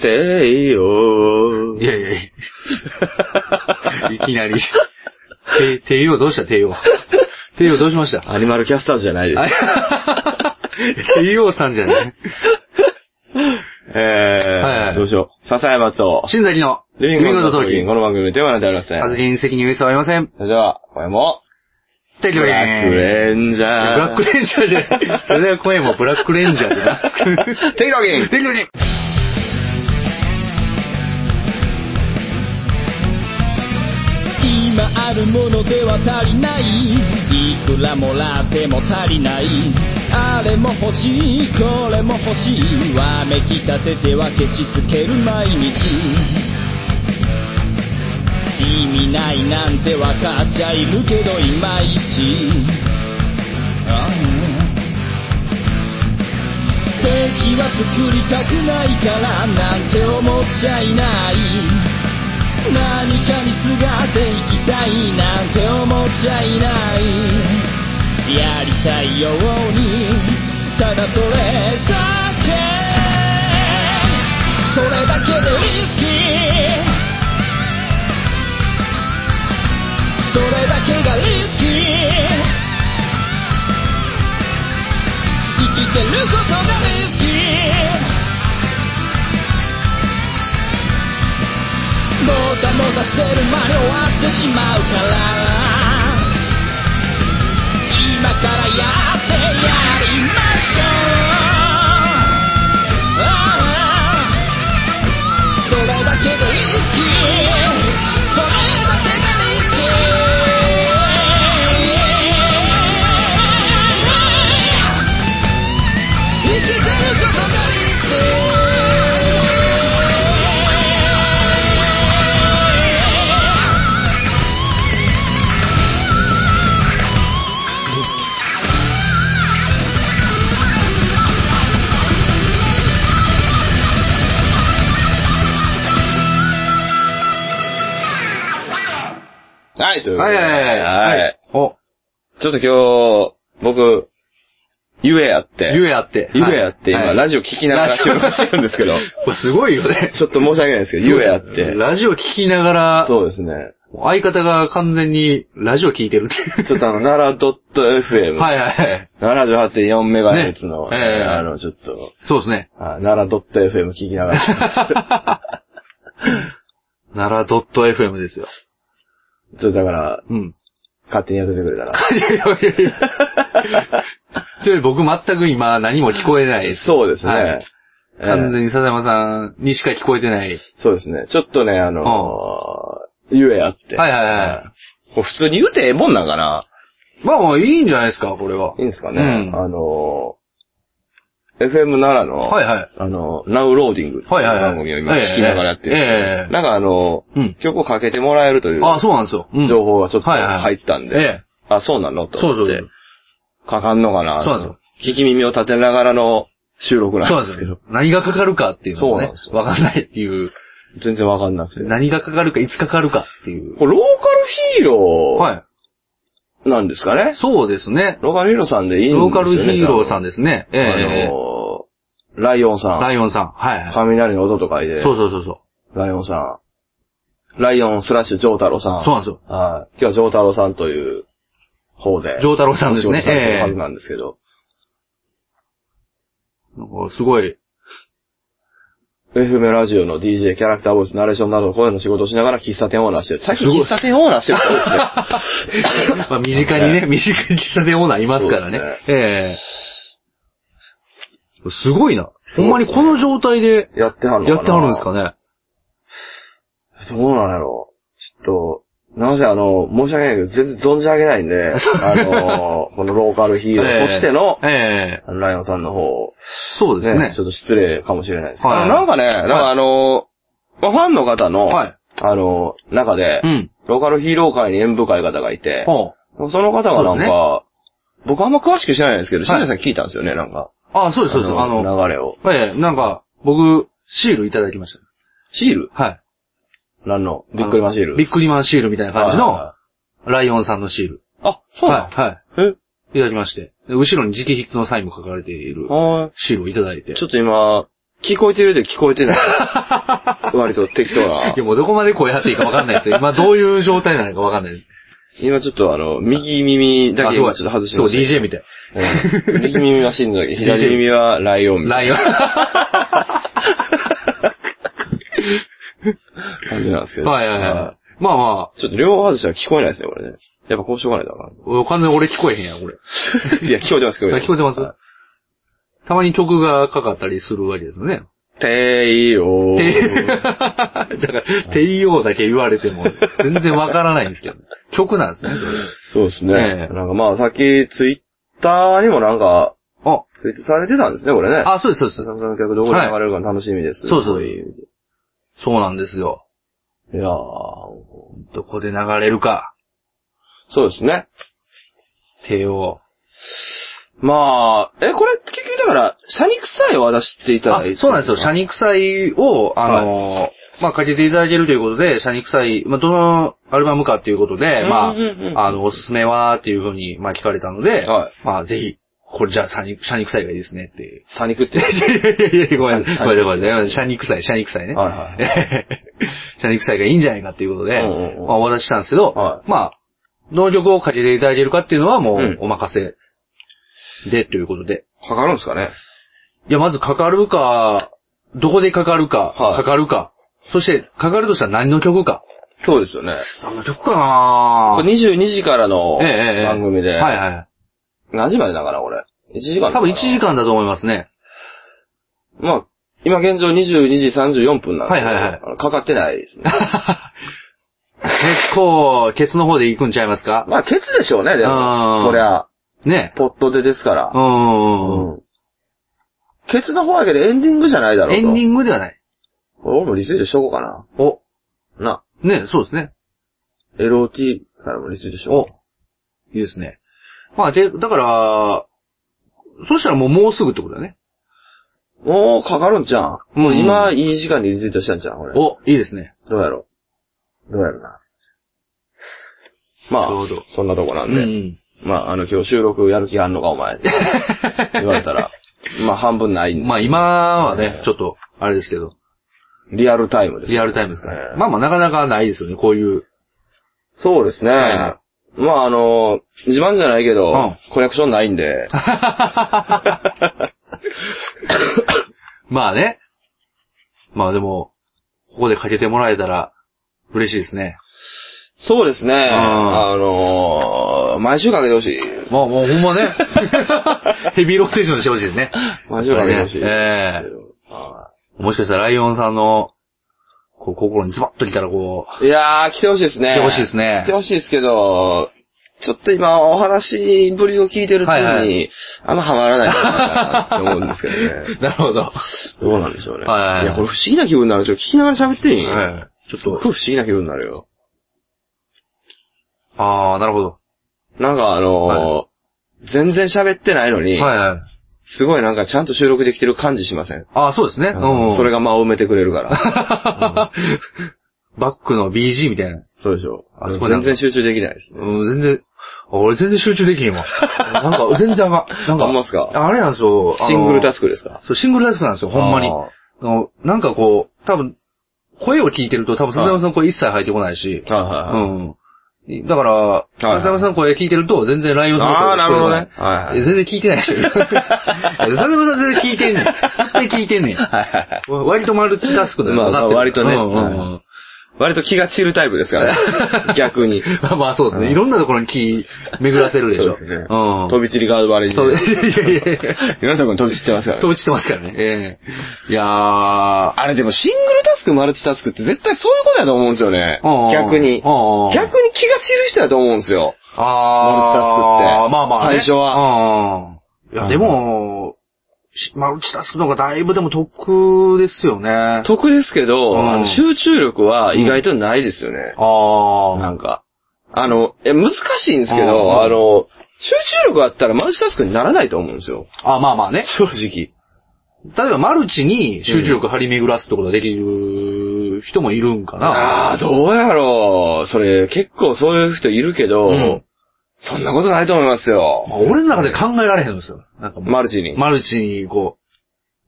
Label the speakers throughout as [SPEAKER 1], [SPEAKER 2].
[SPEAKER 1] てよ
[SPEAKER 2] いやいやいや。いきなり。て、てよどうしたてよ。てよどうしまし た
[SPEAKER 1] アニマルキャスターズじゃないです。
[SPEAKER 2] てよさんじゃない。
[SPEAKER 1] えー、
[SPEAKER 2] はいはい
[SPEAKER 1] どうしよう。笹山と、
[SPEAKER 2] 新崎の、
[SPEAKER 1] リンゴのトーキン、
[SPEAKER 2] ン。
[SPEAKER 1] この番組ではなっておりません。
[SPEAKER 2] 発言責任を許すはありません。
[SPEAKER 1] それでは、声も、
[SPEAKER 2] て
[SPEAKER 1] ブ
[SPEAKER 2] きま
[SPEAKER 1] ラックレンジャー。
[SPEAKER 2] ブラックレンジャーじゃない。それでは声もブラックレンジャーでな。
[SPEAKER 1] テキトーキン
[SPEAKER 2] できるに
[SPEAKER 3] 今あるものでは足りないいくらもらっても足りないあれも欲しいこれも欲しいわめきたててはケチつける毎日意味ないなんてわかっちゃいるけどいまいちああ敵は作りたくないからなんて思っちゃいない何かにすがっていきたいなんて思っちゃいないやりたいようにただそれだけそれだけでリスキーそれだけがリスキー生きてることがリスキーもたもたしてる間に終わってしまうから今からやってやりましょうああそれだけがリスキーそれだけがリスキー生きてることがリスキー
[SPEAKER 1] はい、ということ
[SPEAKER 2] はい
[SPEAKER 1] で。
[SPEAKER 2] はいはい。
[SPEAKER 1] はい。
[SPEAKER 2] お、
[SPEAKER 1] ちょっと今日、僕、ゆえあって。
[SPEAKER 2] ゆえあって。
[SPEAKER 1] ゆえあって、
[SPEAKER 2] はい
[SPEAKER 1] 今、ラジオ聞きながら収録してるんですけど
[SPEAKER 2] ラ、ジオ これすごいよね。
[SPEAKER 1] ちょっと申し訳ないですけ ど、ゆえあって。
[SPEAKER 2] ラジオ聞きながら、
[SPEAKER 1] そうですね。
[SPEAKER 2] 相方が完全にラジオ聞いてるっていう。
[SPEAKER 1] ちょっとあの、奈良 .fm。
[SPEAKER 2] はいはいはい。
[SPEAKER 1] 78.4メガヘルツの、
[SPEAKER 2] ね
[SPEAKER 1] え
[SPEAKER 2] ええ
[SPEAKER 1] ーあの、ちょっと、
[SPEAKER 2] そうですね。
[SPEAKER 1] あ奈良 .fm 聞きながら、
[SPEAKER 2] 奈良 .fm ですよ。
[SPEAKER 1] ちょっとだから、
[SPEAKER 2] うん。
[SPEAKER 1] 勝手にやっててくれたら。
[SPEAKER 2] いやいやいやいや。ちなみに僕全く今何も聞こ えないです。
[SPEAKER 1] そうですね。
[SPEAKER 2] はい
[SPEAKER 1] えー
[SPEAKER 2] 完全に笹山さんにしか聞こえてない。
[SPEAKER 1] そうですね。ちょっとね、あのー、ゆえあって。
[SPEAKER 2] はいはいはい
[SPEAKER 1] これ普通に言うてええもんなんかな
[SPEAKER 2] まあまあいいんじゃないですか、これは。
[SPEAKER 1] いいんですかね、
[SPEAKER 2] うん
[SPEAKER 1] あのー、FM 奈良の、
[SPEAKER 2] はいはい。
[SPEAKER 1] あの、ナウローディング。
[SPEAKER 2] はいはいはい
[SPEAKER 1] 番組を今聞きながらやってるんですけど
[SPEAKER 2] ええええええ
[SPEAKER 1] なんかあの、
[SPEAKER 2] うん
[SPEAKER 1] 曲をかけてもらえるという
[SPEAKER 2] あ、そうなんですよ。うん
[SPEAKER 1] 情報がちょっと
[SPEAKER 2] はいはい
[SPEAKER 1] 入ったんで、
[SPEAKER 2] ええ。
[SPEAKER 1] あ、そうなのと
[SPEAKER 2] そうそ
[SPEAKER 1] 思
[SPEAKER 2] う
[SPEAKER 1] っ
[SPEAKER 2] そ
[SPEAKER 1] て
[SPEAKER 2] う。
[SPEAKER 1] かかんのかな
[SPEAKER 2] そうなんで
[SPEAKER 1] 聞き耳を立てながらの収録
[SPEAKER 2] そう
[SPEAKER 1] な
[SPEAKER 2] なん
[SPEAKER 1] で
[SPEAKER 2] んですす
[SPEAKER 1] けど
[SPEAKER 2] よ。。何がかかるかっていうの
[SPEAKER 1] そう
[SPEAKER 2] も
[SPEAKER 1] なん
[SPEAKER 2] ね
[SPEAKER 1] です、よ
[SPEAKER 2] わかんないっていう。
[SPEAKER 1] 全然わかんなくて。
[SPEAKER 2] 何がかかるか、いつかかるかっていう。
[SPEAKER 1] これローカルヒーロ
[SPEAKER 2] は
[SPEAKER 1] ーなんですかね、
[SPEAKER 2] い。そうですね。
[SPEAKER 1] ローカルヒーローさんでいいんですよ
[SPEAKER 2] ロ
[SPEAKER 1] ね
[SPEAKER 2] ーカルヒーローさん
[SPEAKER 1] で。
[SPEAKER 2] ですね。え
[SPEAKER 1] あ
[SPEAKER 2] え
[SPEAKER 1] のーライオンさん。
[SPEAKER 2] ライオンさん。はいはい。
[SPEAKER 1] 雷の音とかいて。
[SPEAKER 2] そうそうそうそう。
[SPEAKER 1] ライオンさん。ライオンスラッシュジョータロさん。
[SPEAKER 2] そうなんですよ。
[SPEAKER 1] はい。今日はジョータロさんという方で。
[SPEAKER 2] 丈太郎さんですね
[SPEAKER 1] お仕事されてるはずなんですけど。
[SPEAKER 2] なんかすごい。
[SPEAKER 1] FM ラジオの DJ、キャラクターボイス、ナレーションなど声の仕事をしながら喫茶店オーナーしてる。最近
[SPEAKER 2] すごい
[SPEAKER 1] 喫茶店オーナーしてる人多いですね
[SPEAKER 2] まあ身近にね、身近に喫茶店オーナーいますからね。
[SPEAKER 1] そうです
[SPEAKER 2] ええすごいな。ほんまにこの状態で
[SPEAKER 1] やってはるのかな
[SPEAKER 2] やってはるんですかね。
[SPEAKER 1] どうなんやろう。ちょっと、なぜあの、申し訳ないけど、全然存じ上げないん で、あの、このローカルヒーローとしての、
[SPEAKER 2] ええええ
[SPEAKER 1] あのライオンさんの方を
[SPEAKER 2] そうです
[SPEAKER 1] ね、
[SPEAKER 2] ね。
[SPEAKER 1] ちょっと失礼かもしれないですけど。
[SPEAKER 2] はい
[SPEAKER 1] あのなんかね、なんかあの、まあファンの方の、
[SPEAKER 2] はい
[SPEAKER 1] あの、中で、
[SPEAKER 2] うん。
[SPEAKER 1] ローカルヒーロー界に演舞会方がいて、
[SPEAKER 2] ほう
[SPEAKER 1] その方がなん
[SPEAKER 2] そう
[SPEAKER 1] か、
[SPEAKER 2] です
[SPEAKER 1] 僕あんま詳しく知らないんですけど、
[SPEAKER 2] い
[SPEAKER 1] 新谷さん聞いたんですよね、なんか。
[SPEAKER 2] ああ、そうです、そうです。あの、
[SPEAKER 1] 流れを。
[SPEAKER 2] ええなんか、僕、シールいただきまし
[SPEAKER 1] シール
[SPEAKER 2] た。はい。
[SPEAKER 1] 何のビックリマンシール
[SPEAKER 2] ビックリマンシールみたいな感
[SPEAKER 1] は
[SPEAKER 2] じ
[SPEAKER 1] いはい
[SPEAKER 2] の
[SPEAKER 1] は、
[SPEAKER 2] ライオンさんのシール。
[SPEAKER 1] いあ、そうな
[SPEAKER 2] はい、は
[SPEAKER 1] のえ
[SPEAKER 2] い。いただきまして。で後ろに直筆のサインも書かれている
[SPEAKER 1] は
[SPEAKER 2] シールをいただいて。
[SPEAKER 1] い。ちょっと今、聞こえてるで聞こえて ない。割と適当ない
[SPEAKER 2] や、。もうどこまで声張っていいかわかんない ですよ。今どういう状態なのかわかんないです。
[SPEAKER 1] 今ちょっとあの、右耳だけ今
[SPEAKER 2] あ
[SPEAKER 1] ち
[SPEAKER 2] そ
[SPEAKER 1] ょ
[SPEAKER 2] う
[SPEAKER 1] っと外してました
[SPEAKER 2] そう、DJ みたい。
[SPEAKER 1] うん右耳は死ん だけど、左耳はライオンみた
[SPEAKER 2] ラ
[SPEAKER 1] い
[SPEAKER 2] イオン。
[SPEAKER 1] な感じなんですけど。
[SPEAKER 2] はいはい
[SPEAKER 1] は
[SPEAKER 2] はい。まあま
[SPEAKER 1] いちょっと両方外したら聞こえないですね、これね。やっぱこうしょうがないとあ
[SPEAKER 2] あ、完全に俺聞こえへんやん、これ。
[SPEAKER 1] かん。いや、聞こえてます、聞こえてます。
[SPEAKER 2] 聞こえてます
[SPEAKER 1] はい
[SPEAKER 2] たまに曲がかかったりするわけですよね。
[SPEAKER 1] ていよ
[SPEAKER 2] て、
[SPEAKER 1] ー。
[SPEAKER 2] だから、ていようだけ言われても、全然わからないんですけど。 曲なんですね、それ。
[SPEAKER 1] そうです
[SPEAKER 2] え
[SPEAKER 1] ね。
[SPEAKER 2] え
[SPEAKER 1] なんかまあ、さっきツイッターにもなんか、
[SPEAKER 2] あ、
[SPEAKER 1] ツイートされてたんですね、これね。
[SPEAKER 2] あ、そうです、そう
[SPEAKER 1] さ
[SPEAKER 2] で
[SPEAKER 1] んさんの曲どこで流れるか楽しみです。
[SPEAKER 2] はいそうそう
[SPEAKER 1] い
[SPEAKER 2] す。そうなんですよ。
[SPEAKER 1] いやー
[SPEAKER 2] どこで流れるか、
[SPEAKER 1] そうですね。
[SPEAKER 2] 帝王。
[SPEAKER 1] まあ、え、これ、結局だから、シャニクサイを渡していた
[SPEAKER 2] あ
[SPEAKER 1] だいて。
[SPEAKER 2] そうなんですよ。シャ
[SPEAKER 1] ニ
[SPEAKER 2] ニクサイを、あのーまあ、かけていただけるということで、シャニクサイ、まあ、どのアルバムかということで、ま
[SPEAKER 1] うんうんうんうん
[SPEAKER 2] あ、あの、おすすめはっていうふうに、まあ、聞かれたので、
[SPEAKER 1] はい
[SPEAKER 2] まあ、ぜひ、これじゃあ、シャニ、シャニクサイがいいですねっていう。
[SPEAKER 1] サニクって。
[SPEAKER 2] いやいやいやいやご めん、ご
[SPEAKER 1] シャニ
[SPEAKER 2] めん、ごめん、シャニクサイ、シャニクサイね。
[SPEAKER 1] はいはい
[SPEAKER 2] シャニクサイがいいんじゃないかということで、
[SPEAKER 1] うんうんうん
[SPEAKER 2] まあ、お渡ししたんですけど、
[SPEAKER 1] は
[SPEAKER 2] まあ、どの曲をかけていただけるかっていうのはも
[SPEAKER 1] うん
[SPEAKER 2] う、お任せで、ということで。
[SPEAKER 1] かかるんですかね
[SPEAKER 2] いや、まずかかるか、どこでかかるか、
[SPEAKER 1] はい
[SPEAKER 2] かかるか、そして、かかるとしたら何の曲か。
[SPEAKER 1] そうですよね。
[SPEAKER 2] 何の曲かな
[SPEAKER 1] これ22時からの
[SPEAKER 2] ええええ
[SPEAKER 1] 番組で、
[SPEAKER 2] はいはい。
[SPEAKER 1] 何時までだから、これ。1時間だ
[SPEAKER 2] 多分1時
[SPEAKER 1] か
[SPEAKER 2] 間だと思いますね。
[SPEAKER 1] な。まあ、今現状22時34分なんで、
[SPEAKER 2] はいはいはい
[SPEAKER 1] あのかかってないですね。
[SPEAKER 2] 結構、ケツの方で行くんちゃいますか
[SPEAKER 1] まあ、ケツでしょうね、で
[SPEAKER 2] あ
[SPEAKER 1] も。
[SPEAKER 2] ー
[SPEAKER 1] そりゃ、
[SPEAKER 2] ね。
[SPEAKER 1] ポットでですから
[SPEAKER 2] う。んうんうん。
[SPEAKER 1] うんケツの方だけどエンディングじゃないだろうと。
[SPEAKER 2] エンディ
[SPEAKER 1] ン
[SPEAKER 2] ングではない。
[SPEAKER 1] グ俺もリツイートしとこうかな。
[SPEAKER 2] お、
[SPEAKER 1] な。
[SPEAKER 2] ね、そうですね。
[SPEAKER 1] LOT からもリツイートしと
[SPEAKER 2] お
[SPEAKER 1] こ、
[SPEAKER 2] いいですね。まあ、で、だから、そしたらもうもうすぐってことだね。
[SPEAKER 1] う。もうかかるんじゃん。
[SPEAKER 2] うん
[SPEAKER 1] もう今、いい時間にリツイートしたんじゃん、これ。
[SPEAKER 2] お、いいですね。
[SPEAKER 1] どうやろう。どうやろな。まあ
[SPEAKER 2] ちょうど、
[SPEAKER 1] そんなとこな
[SPEAKER 2] うん
[SPEAKER 1] で。
[SPEAKER 2] ん。
[SPEAKER 1] まあ、あの、今日収録やる気あんのか、お 前。言われたら。まあ、半分ないんで。
[SPEAKER 2] まあ、今はね、ちょっと、あれですけど、
[SPEAKER 1] リアルタイムです。
[SPEAKER 2] リアルタイムですから、
[SPEAKER 1] ええ
[SPEAKER 2] まあまあ、なかなかないですよね、こういう。
[SPEAKER 1] そうですね。
[SPEAKER 2] は
[SPEAKER 1] まあ、あの、自慢じゃないけど、
[SPEAKER 2] うん
[SPEAKER 1] コネクションないん で、
[SPEAKER 2] まあね。まあでも、ここでかけてもらえたら、嬉しいですね。
[SPEAKER 1] そうですね。あのー、毎週かけてほしい。
[SPEAKER 2] まあもうほんまね。 ヘビーローテーションしてほしいですね。
[SPEAKER 1] 毎週かけてほしい。
[SPEAKER 2] これねえ
[SPEAKER 1] は
[SPEAKER 2] もしかしたらライオンさんの、こう、心にズバッときたらこう、
[SPEAKER 1] いいやー、来てほしいですね。
[SPEAKER 2] 来てほしいですね
[SPEAKER 1] 来てほしいですけど、ちょっと今、お話ぶりを聞いてるとに、
[SPEAKER 2] はいはい
[SPEAKER 1] あんまハマらないかなって思うんですけどね。
[SPEAKER 2] なるほど。
[SPEAKER 1] どうなんでしょうね。
[SPEAKER 2] はいはいはい
[SPEAKER 1] や、これ不思議な気分になるでしょ。聞きながら喋っていい、
[SPEAKER 2] はい。ち
[SPEAKER 1] す
[SPEAKER 2] ょ
[SPEAKER 1] ご
[SPEAKER 2] っ
[SPEAKER 1] く
[SPEAKER 2] と、
[SPEAKER 1] 不思議な気分になるよ。
[SPEAKER 2] ああ、なるほど。
[SPEAKER 1] なんかあのー
[SPEAKER 2] は
[SPEAKER 1] 全然喋ってないのに、
[SPEAKER 2] はいはい。
[SPEAKER 1] すごいなんかちゃんと収録できてる感じしません。
[SPEAKER 2] ああ、そうですね。うん。
[SPEAKER 1] それが間を埋めてくれるから。
[SPEAKER 2] が、バックの BG みたいな。
[SPEAKER 1] そうでしょ
[SPEAKER 2] あそこなん
[SPEAKER 1] 全然
[SPEAKER 2] か
[SPEAKER 1] 集中できないですね。
[SPEAKER 2] うん、全然、あ俺全然集中できへ んわ。なんか、全然あかん。なんか、
[SPEAKER 1] あほんまっすか
[SPEAKER 2] あれなんですよ。
[SPEAKER 1] シングルタス
[SPEAKER 2] ク。
[SPEAKER 1] クですか
[SPEAKER 2] そう、シングルタスクなんですよ、ほんまに。
[SPEAKER 1] あ
[SPEAKER 2] あのなんかこう、多分、声を聞いてると多分、笹山さんの声一切入ってこないし
[SPEAKER 1] ー。はいはいはい。
[SPEAKER 2] うん。だから、
[SPEAKER 1] いはい
[SPEAKER 2] 笹山さんの声聞いてると、全然ライオンの声
[SPEAKER 1] あーなるほどね
[SPEAKER 2] 聞こえない
[SPEAKER 1] はいはい
[SPEAKER 2] 全然聞いてない 人いる。笹山さん全然聞いてんねん。絶対聞いてんねん。割とマルチタスクだよ
[SPEAKER 1] まあまあ
[SPEAKER 2] 分かっ
[SPEAKER 1] 割
[SPEAKER 2] てる
[SPEAKER 1] とね
[SPEAKER 2] うんうんうん
[SPEAKER 1] 割と気が散るタイプですから ね。逆に。
[SPEAKER 2] まあまあそうです
[SPEAKER 1] う
[SPEAKER 2] ね。
[SPEAKER 1] ん
[SPEAKER 2] いろんなところに気巡らせるでしょ。
[SPEAKER 1] そうですね
[SPEAKER 2] うん。
[SPEAKER 1] 飛び散りガードバレージ。
[SPEAKER 2] 飛 び、
[SPEAKER 1] い
[SPEAKER 2] いやいやいや
[SPEAKER 1] ろんなとこに飛び散ってますからね
[SPEAKER 2] 飛。び散ってますからね。ええいやー。あ
[SPEAKER 1] あれでもシングルタスク、マルチタスクって絶対そういうことだと思うんですよね。逆に。
[SPEAKER 2] うんうんうん
[SPEAKER 1] 逆に気が散る人だと思うんですよ。マルチタスクって
[SPEAKER 2] まあまあ
[SPEAKER 1] 最
[SPEAKER 2] ね。
[SPEAKER 1] 初
[SPEAKER 2] は。うん。いや、でも、しマルチタスクの方がだいぶでも得ですよね。あ
[SPEAKER 1] 得ですけど、
[SPEAKER 2] うん
[SPEAKER 1] あの集中力は意外とないですよね。な
[SPEAKER 2] あー。
[SPEAKER 1] んか。あの、え、難しいんですけ
[SPEAKER 2] うんうん
[SPEAKER 1] ど、あの、集中力があったらマルチタスクにならないと思うんですよ。
[SPEAKER 2] あまあまあね。
[SPEAKER 1] 正直。
[SPEAKER 2] 例えばマルチに集中力張り巡らすってことができる人もいるんかな。
[SPEAKER 1] ああ、どうやろう。それ、結構そういう人いるけど、
[SPEAKER 2] うん
[SPEAKER 1] そんなことないと思いますよ。
[SPEAKER 2] まあ俺の中で考えられへんのですよ。なんかもう
[SPEAKER 1] マルチに。
[SPEAKER 2] マルチに、こ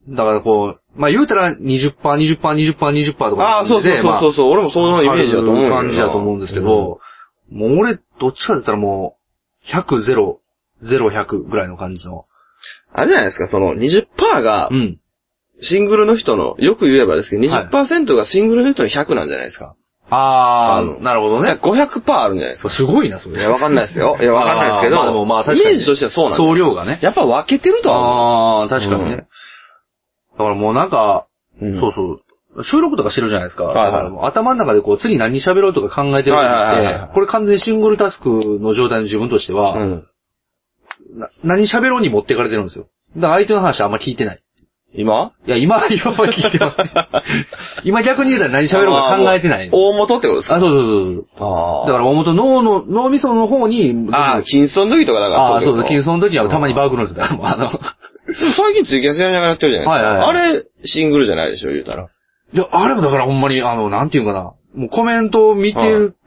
[SPEAKER 2] う、だからこう、まあ言うたら20%、20%、20%、20%とかって感じで。
[SPEAKER 1] ああ、そうそう
[SPEAKER 2] ま
[SPEAKER 1] そうそう、俺もそのイメージだと思うよな。
[SPEAKER 2] 感じだと思うんですけど、もう俺、どっちかって言ったらもう、100、0、0、100ぐらいの感じの。
[SPEAKER 1] あれじゃないですか、その20%が
[SPEAKER 2] う、ん。
[SPEAKER 1] シングルの人の、よく言えばですけど、
[SPEAKER 2] はい
[SPEAKER 1] 20%がシングルの人の100なんじゃないですか。あ
[SPEAKER 2] あー、
[SPEAKER 1] の
[SPEAKER 2] なるほどね。
[SPEAKER 1] 500%あるんじゃないですか。
[SPEAKER 2] そうすごいな、それ。
[SPEAKER 1] いや、わかんないです よ。いや、わかんないですけど、
[SPEAKER 2] あーまあでもまあ確かに
[SPEAKER 1] イメージとしてはそうなんです
[SPEAKER 2] 総量がね。
[SPEAKER 1] やっぱ分けてるとは思
[SPEAKER 2] ああ、確かにね。
[SPEAKER 1] うん
[SPEAKER 2] だからもうなんか、
[SPEAKER 1] う。うん
[SPEAKER 2] そうそう。収録とかしてるじゃないですか。
[SPEAKER 1] はいはい
[SPEAKER 2] だからもう頭の中でこう、次何喋ろうとか考えてる
[SPEAKER 1] はいはいはい
[SPEAKER 2] 時っ
[SPEAKER 1] は
[SPEAKER 2] て、
[SPEAKER 1] い
[SPEAKER 2] これ完全にシングルタスクの状態の自分としては、
[SPEAKER 1] うん。
[SPEAKER 2] な何喋ろうに持ってかれてるんですよ。だから相手の話あんま聞いてない。
[SPEAKER 1] 今
[SPEAKER 2] いや、今、今は聞いて ます、今逆に言うたら何喋ろうか考えてない。
[SPEAKER 1] あー、
[SPEAKER 2] あ
[SPEAKER 1] もう大元ってことですか
[SPEAKER 2] そうそうそうそ
[SPEAKER 1] あ
[SPEAKER 2] う。だから、大元脳の、脳みその方に、
[SPEAKER 1] ああー、金層の時とかだから。
[SPEAKER 2] ああ、そうそう、金
[SPEAKER 1] 層。
[SPEAKER 2] その時はたまにバーグるんですよ。もうあの、
[SPEAKER 1] 最近ツイキャスやりながらやってるじゃないですか。
[SPEAKER 2] はいはいは
[SPEAKER 1] あれ、シングルじゃないでしょ、言うたら。
[SPEAKER 2] いや、あれもだからほんまに、あの、なんていうんかな。もうコメントを見て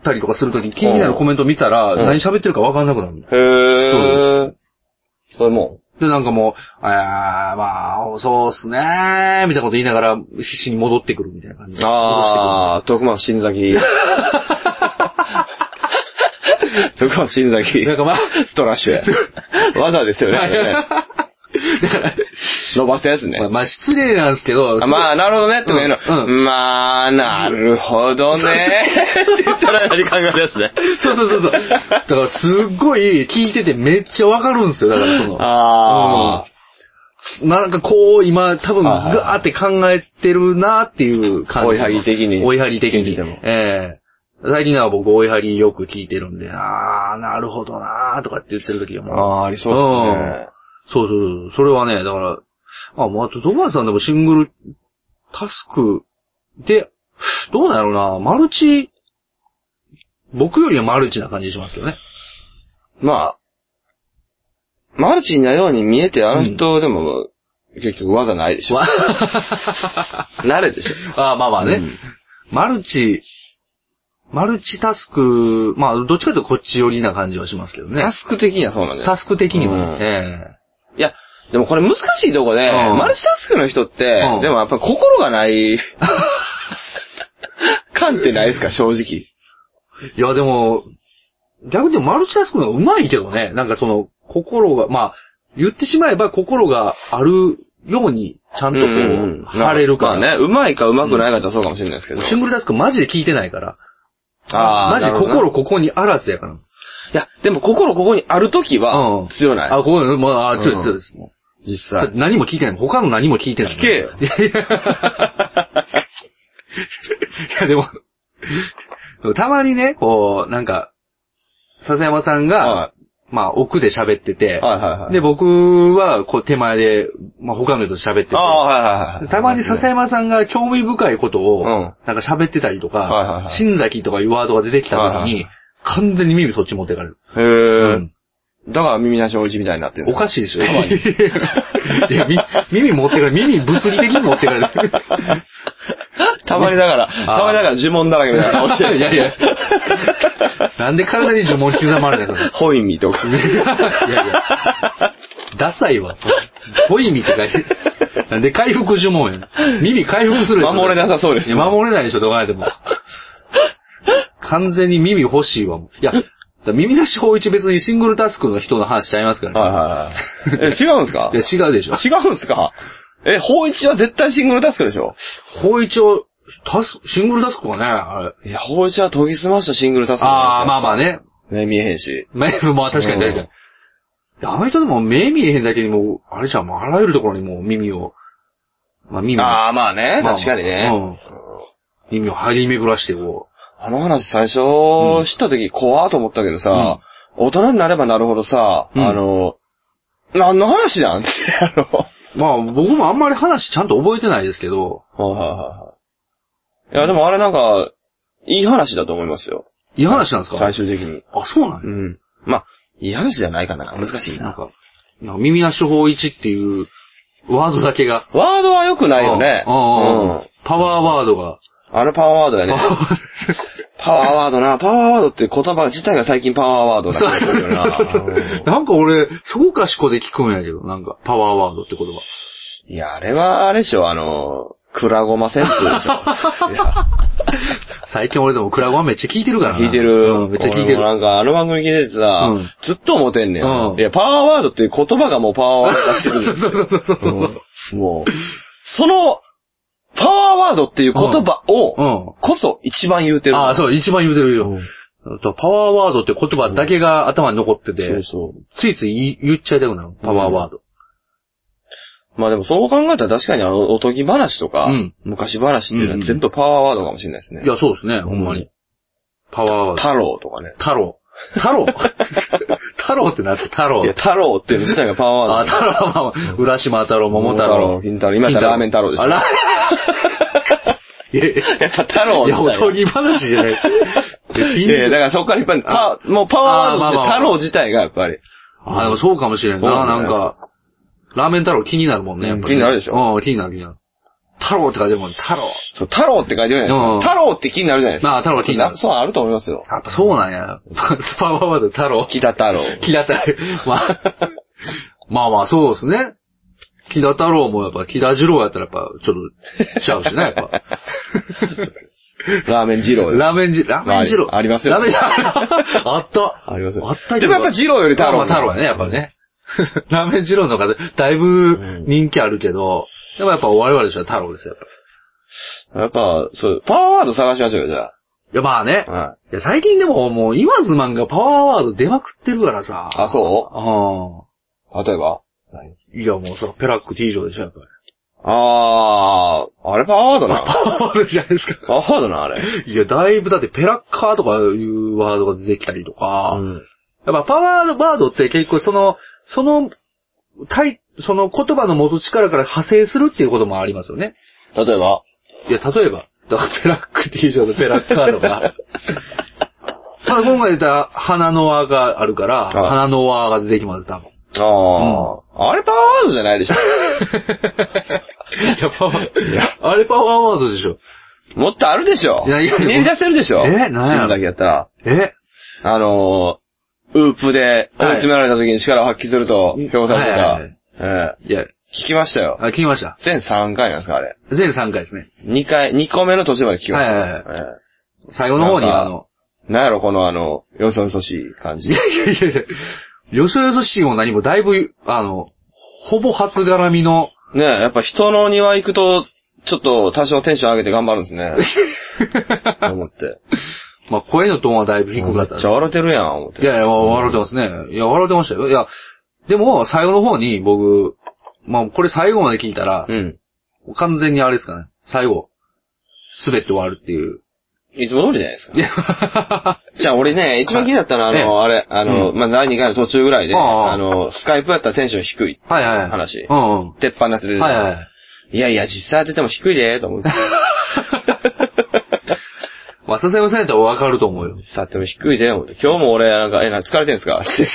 [SPEAKER 2] たりとかするとき、気になるコメントを見たら、
[SPEAKER 1] うん
[SPEAKER 2] 何喋ってるかわかんなくなる。
[SPEAKER 1] へえ。それも
[SPEAKER 2] で、なんかもう、あーまあ、そうっすねー、みたいなこと言いながら、必死に戻ってくるみたいな感じ。
[SPEAKER 1] ん。ああ、徳松新崎。徳松新崎。
[SPEAKER 2] なんかまあ、
[SPEAKER 1] ストラッシュや。技ですよねあれね。伸ばすやつね
[SPEAKER 2] まあ。まあ、失礼なんですけど、
[SPEAKER 1] あまあ、なるほどね、とか言うの。
[SPEAKER 2] うん
[SPEAKER 1] まあ、なるほど ね。って言ったら何考えるやつね。
[SPEAKER 2] そうそうそうそう。だからすっごい聞いててめっちゃわかるんですよ。だからその。
[SPEAKER 1] ああ。
[SPEAKER 2] うんなんかこう今多分
[SPEAKER 1] はいはいはい
[SPEAKER 2] ガーって考えてるなっていう感じ。
[SPEAKER 1] 追いはぎ的に
[SPEAKER 2] 追いはぎ的
[SPEAKER 1] 聞い
[SPEAKER 2] に
[SPEAKER 1] てても。
[SPEAKER 2] ええ最近は僕追いはぎよく聞いてるんで、ああ、なるほどなーとかって言ってる時は
[SPEAKER 1] あ
[SPEAKER 2] もう。
[SPEAKER 1] あ、ありそうですね。
[SPEAKER 2] そうそうそう。それはね、だから、あ、もうあと、ドバーさんでもシングルタスクで、どうなんやろうな、マルチ、僕よりはマルチな感じしますけどね。
[SPEAKER 1] まあ、マルチなように見えて、あの人でも、結局技ないで しょ。慣れでしょ。
[SPEAKER 2] あまあまあね、
[SPEAKER 1] うん
[SPEAKER 2] マルチ、マルチタスク、まあ、どっちかというとこっち寄りな感じはしますけどね
[SPEAKER 1] タ。スク的にはそうなんだよ
[SPEAKER 2] タ。スク的にもね。
[SPEAKER 1] うん
[SPEAKER 2] え
[SPEAKER 1] いや、でもこれ難しいとこで、
[SPEAKER 2] うん
[SPEAKER 1] マルチタスクの人って、
[SPEAKER 2] うん
[SPEAKER 1] でもやっぱり心が ない、感ってないですか、正直。
[SPEAKER 2] えいや、でも、逆にでもマルチタスクの方がうまいけどね。なんかその、心が、まあ、言ってしまえば心があるように、ちゃんとこう、貼れるから。
[SPEAKER 1] まあね、うまいかうまくないかってそうかもしれないですけど。
[SPEAKER 2] シングルタスクマジで聞いてないから。
[SPEAKER 1] あ
[SPEAKER 2] マ
[SPEAKER 1] あ、
[SPEAKER 2] ジ
[SPEAKER 1] なるほどな。
[SPEAKER 2] 心ここにあらずやから。
[SPEAKER 1] いや、でも心ここにあるとき
[SPEAKER 2] うん
[SPEAKER 1] は、強ない。
[SPEAKER 2] あ、ここ、まあ、あ強いです、強いです。も
[SPEAKER 1] 実
[SPEAKER 2] うだっ
[SPEAKER 1] 際
[SPEAKER 2] て。何も聞いてない。他の何も聞いてない。
[SPEAKER 1] 聞けよ
[SPEAKER 2] いやいやいや、でも、でもたまにね、こう、なんか、笹山さんが、
[SPEAKER 1] は
[SPEAKER 2] まあ、奥で喋ってて、
[SPEAKER 1] いはいはいはい。
[SPEAKER 2] で、僕は、こう、手前で、まあ、他の人と喋ってて、
[SPEAKER 1] ああ、はいはいはい。
[SPEAKER 2] たまに笹山さんが興味深いこと
[SPEAKER 1] う
[SPEAKER 2] を、
[SPEAKER 1] ん
[SPEAKER 2] なんか喋ってたりとか、
[SPEAKER 1] はいはいはい
[SPEAKER 2] 新崎とかいうワードが出てきた時に、
[SPEAKER 1] はいはいは
[SPEAKER 2] 完全に耳そっち持ってかれる。
[SPEAKER 1] へ
[SPEAKER 2] う
[SPEAKER 1] え
[SPEAKER 2] ん。
[SPEAKER 1] だから耳なし王子みたいになってるんで
[SPEAKER 2] お
[SPEAKER 1] すか
[SPEAKER 2] かしいでしょ、たまに いや、み耳持ってかれる。耳物理的に持って かれる。
[SPEAKER 1] たまにだから、たまにだから呪文だらけみたいな顔してる。
[SPEAKER 2] いやいや。なんで体に呪文刻まれたの い
[SPEAKER 1] ホイミとか。
[SPEAKER 2] やいや。ダサいわ。ホイミって書いてる。なんで回復呪文やねん耳回復するでしょ
[SPEAKER 1] 守れなさそうです
[SPEAKER 2] いや守れないでしょ、どう考えても。完全に耳欲しいわ、もう。いや、だから耳出し法一別にシングルタスクの人の話しちゃいますからね。
[SPEAKER 1] はいはいはい。え、違うんですか
[SPEAKER 2] いや、違うでしょ。
[SPEAKER 1] 違うんですかえ、法一は絶対シングルタスクでしょ
[SPEAKER 2] 法一を、タス、シングルタスクはね、あれ。
[SPEAKER 1] いや、法一は研ぎ澄ましたシングルタスク
[SPEAKER 2] ああ、まあまあね。
[SPEAKER 1] あ。ね、見えへんし。
[SPEAKER 2] まあ、まあ確かに確か
[SPEAKER 1] うん
[SPEAKER 2] に。あの人でも目見えへんだけにもう、あれじゃん、もうあらゆるところにもう耳を、まあ耳を、
[SPEAKER 1] ああ、まあね、
[SPEAKER 2] まあ
[SPEAKER 1] 確かにね。
[SPEAKER 2] うん耳を張り巡らしてこ
[SPEAKER 1] あの話最初
[SPEAKER 2] ん
[SPEAKER 1] 知った時怖ーと思ったけどさ、大人になればなるほどさ、
[SPEAKER 2] うん
[SPEAKER 1] あの、何の話なんって、あの、
[SPEAKER 2] う。まあ僕もあんまり話ちゃんと覚えてないですけど、
[SPEAKER 1] いや、でもあれなんか、いい話だと思いますよ。
[SPEAKER 2] いい話なんですか
[SPEAKER 1] 最終的に。
[SPEAKER 2] あ、そうなん
[SPEAKER 1] う
[SPEAKER 2] や
[SPEAKER 1] ん。まあ、いい話じゃないかな。難しい
[SPEAKER 2] なん
[SPEAKER 1] な。
[SPEAKER 2] か、なんか耳なし法一っていうワードだけが。
[SPEAKER 1] ワードは良くないよね。
[SPEAKER 2] うんうんうん
[SPEAKER 1] うん
[SPEAKER 2] パワーワードが。
[SPEAKER 1] あれパワーワードやね。パワーワードな。パワーワードっていう言葉自体が最近パワーワードな気がするよな。うん
[SPEAKER 2] なんか俺、そこかしこで聞くんやけど、なんか、パワーワードって言葉。
[SPEAKER 1] いや、あれは、あれでしょ、あの、クラゴマ旋風でし ょ。いや
[SPEAKER 2] 最近俺でもクラゴンめっちゃ聞いてるからな。
[SPEAKER 1] 聞いてる。
[SPEAKER 2] うん、めっちゃ聞い
[SPEAKER 1] 俺も
[SPEAKER 2] てる。
[SPEAKER 1] なんか、あの番組聞いててさ、
[SPEAKER 2] うん
[SPEAKER 1] ずっと思ってんねん,、
[SPEAKER 2] うん
[SPEAKER 1] いや、パワーワードっていう言葉がもうパワーワード化してるん
[SPEAKER 2] そうそうそうそうそう。
[SPEAKER 1] もう、その、パワーワードっていう言葉
[SPEAKER 2] う
[SPEAKER 1] を、
[SPEAKER 2] ん。
[SPEAKER 1] こそ一番言うてる。
[SPEAKER 2] ああ、そう、一番言うてるよ。
[SPEAKER 1] うん
[SPEAKER 2] とパワーワードって言葉だけが頭に残ってて、
[SPEAKER 1] そうそう。
[SPEAKER 2] ついつい言っちゃいたくなる。パワーワード。
[SPEAKER 1] まあでもそう考えたら確かにあの、おとぎ話とか、
[SPEAKER 2] うん
[SPEAKER 1] 昔話っていうの
[SPEAKER 2] うん
[SPEAKER 1] は
[SPEAKER 2] うん
[SPEAKER 1] 全部パワーワードかもしれないですね。
[SPEAKER 2] いや、そうですね、ほんま
[SPEAKER 1] う
[SPEAKER 2] に。パワーワード。
[SPEAKER 1] 太郎とかね。
[SPEAKER 2] 太郎。太 郎太郎ってなんですか太郎
[SPEAKER 1] いや、。太郎っていうの自体がパワーワ
[SPEAKER 2] あ、
[SPEAKER 1] ード。
[SPEAKER 2] 太郎はまあまあ、浦島太郎、桃太郎。
[SPEAKER 1] 金太郎。今やったらラーメン太郎です
[SPEAKER 2] あ
[SPEAKER 1] よ。
[SPEAKER 2] ら、い やいや
[SPEAKER 1] やっぱ太郎
[SPEAKER 2] いや、
[SPEAKER 1] 自体が
[SPEAKER 2] おとぎ話じ ゃない。いや
[SPEAKER 1] い
[SPEAKER 2] 金
[SPEAKER 1] やいやだからそこからやっぱりパ、もうパワーワード
[SPEAKER 2] あーまあ
[SPEAKER 1] とし
[SPEAKER 2] ま
[SPEAKER 1] て
[SPEAKER 2] あ
[SPEAKER 1] 太郎自体がやっぱり。
[SPEAKER 2] あ、でもそうかもしれん
[SPEAKER 1] そう
[SPEAKER 2] な。
[SPEAKER 1] な
[SPEAKER 2] なんん
[SPEAKER 1] だよ
[SPEAKER 2] か、ラーメン太郎気になるもんね、やっぱりね。
[SPEAKER 1] うん気になるでしょ
[SPEAKER 2] うん、気になる気になる。太郎って書いてるもん、太郎。
[SPEAKER 1] そう太郎って書いてるじゃないですか。太郎って気になるじゃないですか。
[SPEAKER 2] まあ太郎気になる
[SPEAKER 1] そう、あると思い ますよ。
[SPEAKER 2] やっぱそうなんや。パワーワード太郎。
[SPEAKER 1] 木田太郎。
[SPEAKER 2] 木田太郎。まあ、まあまあ、そうですね。木田太郎もやっぱ、木田二郎やったらやっぱ、ちょっと、ちゃうしね、や っぱ。
[SPEAKER 1] ラーメン二郎。
[SPEAKER 2] ラーメン二、ラーメン二郎。
[SPEAKER 1] あありますよ
[SPEAKER 2] ラーメン二郎。あった。
[SPEAKER 1] ありますよ
[SPEAKER 2] あったけど
[SPEAKER 1] でもやっぱ二郎より太郎
[SPEAKER 2] まあまあ太郎やね、やっぱね。ラーメン二郎の方、だいぶ人気あるけど、でもやっぱ我々としては太郎ですよ、やっぱ
[SPEAKER 1] やっぱ、そう、パワーワード探しましょうよ、じゃ
[SPEAKER 2] いや、まあね
[SPEAKER 1] あ。。はい。
[SPEAKER 2] いや、最近でももう、今ズマンがパワーワード出まくってるからさ。
[SPEAKER 1] あ、そうう例えば
[SPEAKER 2] ん。いや、もうさ、ペラック T 上でしょ、やっぱり。
[SPEAKER 1] あー、あれパワーワードな。
[SPEAKER 2] パワーワードじゃないですか。
[SPEAKER 1] パワーワードな、あれ。
[SPEAKER 2] いや、だいぶ、だってペラッカーとかいうワードが出てきたりとか、
[SPEAKER 1] ん。
[SPEAKER 2] やっぱパワーワードって結構その、その、タイ、その言葉の元力から派生するっていうこともありますよね。
[SPEAKER 1] 例えば
[SPEAKER 2] いや、例えば、だからペラック T 上のペラッカー とか、まあ今回言った花の輪があるから、
[SPEAKER 1] はい
[SPEAKER 2] 花の輪が出てきます、多分。
[SPEAKER 1] あー、あれパワーワードじゃないでし ょ。
[SPEAKER 2] いや、パワー、あれパワーワードでしょ。
[SPEAKER 1] もっとあるでしょ。
[SPEAKER 2] いやいや
[SPEAKER 1] ひねり出せるでしょ。
[SPEAKER 2] えなんや
[SPEAKER 1] 死ぬだけやったら。
[SPEAKER 2] え
[SPEAKER 1] あのー、ウープで追い詰められた時に力を発揮すると、
[SPEAKER 2] うん
[SPEAKER 1] 評価され
[SPEAKER 2] はいはい
[SPEAKER 1] たら、ええ
[SPEAKER 2] いや、
[SPEAKER 1] 聞きましたよ。
[SPEAKER 2] あ聞きました。
[SPEAKER 1] 全3回なんですか、あれ。
[SPEAKER 2] 全3回ですね。
[SPEAKER 1] 2回、2個目の途中まで聞きましたよ。
[SPEAKER 2] はいはい
[SPEAKER 1] え
[SPEAKER 2] 最後の方に
[SPEAKER 1] なんか
[SPEAKER 2] あの、
[SPEAKER 1] えなんやろ、このあの、よそよそしい感 じ
[SPEAKER 2] い。やいやいやいや、よそよそしいも何もだいぶ、あの、ほぼ初絡みの、
[SPEAKER 1] ねえ、やっぱ人の庭行くと、ちょっと多少テンション上げて頑張るんです ね。と思って。
[SPEAKER 2] まあ、声のトーンはだいぶ低か
[SPEAKER 1] め
[SPEAKER 2] っ
[SPEAKER 1] ったち
[SPEAKER 2] です
[SPEAKER 1] ゃ。笑ってるやん、思って。
[SPEAKER 2] いやいや、笑ってますね。いや、笑ってましたよ。いや、でも、最後の方に僕、まあ、これ最後まで聞いたら
[SPEAKER 1] う、ん。
[SPEAKER 2] 完全にあれですかね。最後、滑って終わるっ ていう。
[SPEAKER 1] いつも通りじゃないですか
[SPEAKER 2] い。や、は
[SPEAKER 1] じゃあ俺ね、一番気になったのは、あの、あれ、あの、まあ、第2回の途中ぐらいで、
[SPEAKER 2] ああ
[SPEAKER 1] あの、スカイプやったらテンション低い。
[SPEAKER 2] いはい。
[SPEAKER 1] 話
[SPEAKER 2] うんうん。
[SPEAKER 1] 鉄板なする。
[SPEAKER 2] はいはい。
[SPEAKER 1] いやいや、実際当てても低いで、と思 って。
[SPEAKER 2] まあ、笹山さんやったらわかると思うよ。
[SPEAKER 1] 実際当てても低いで、思って。今日も俺、なんか、え、なんか疲れてんす かって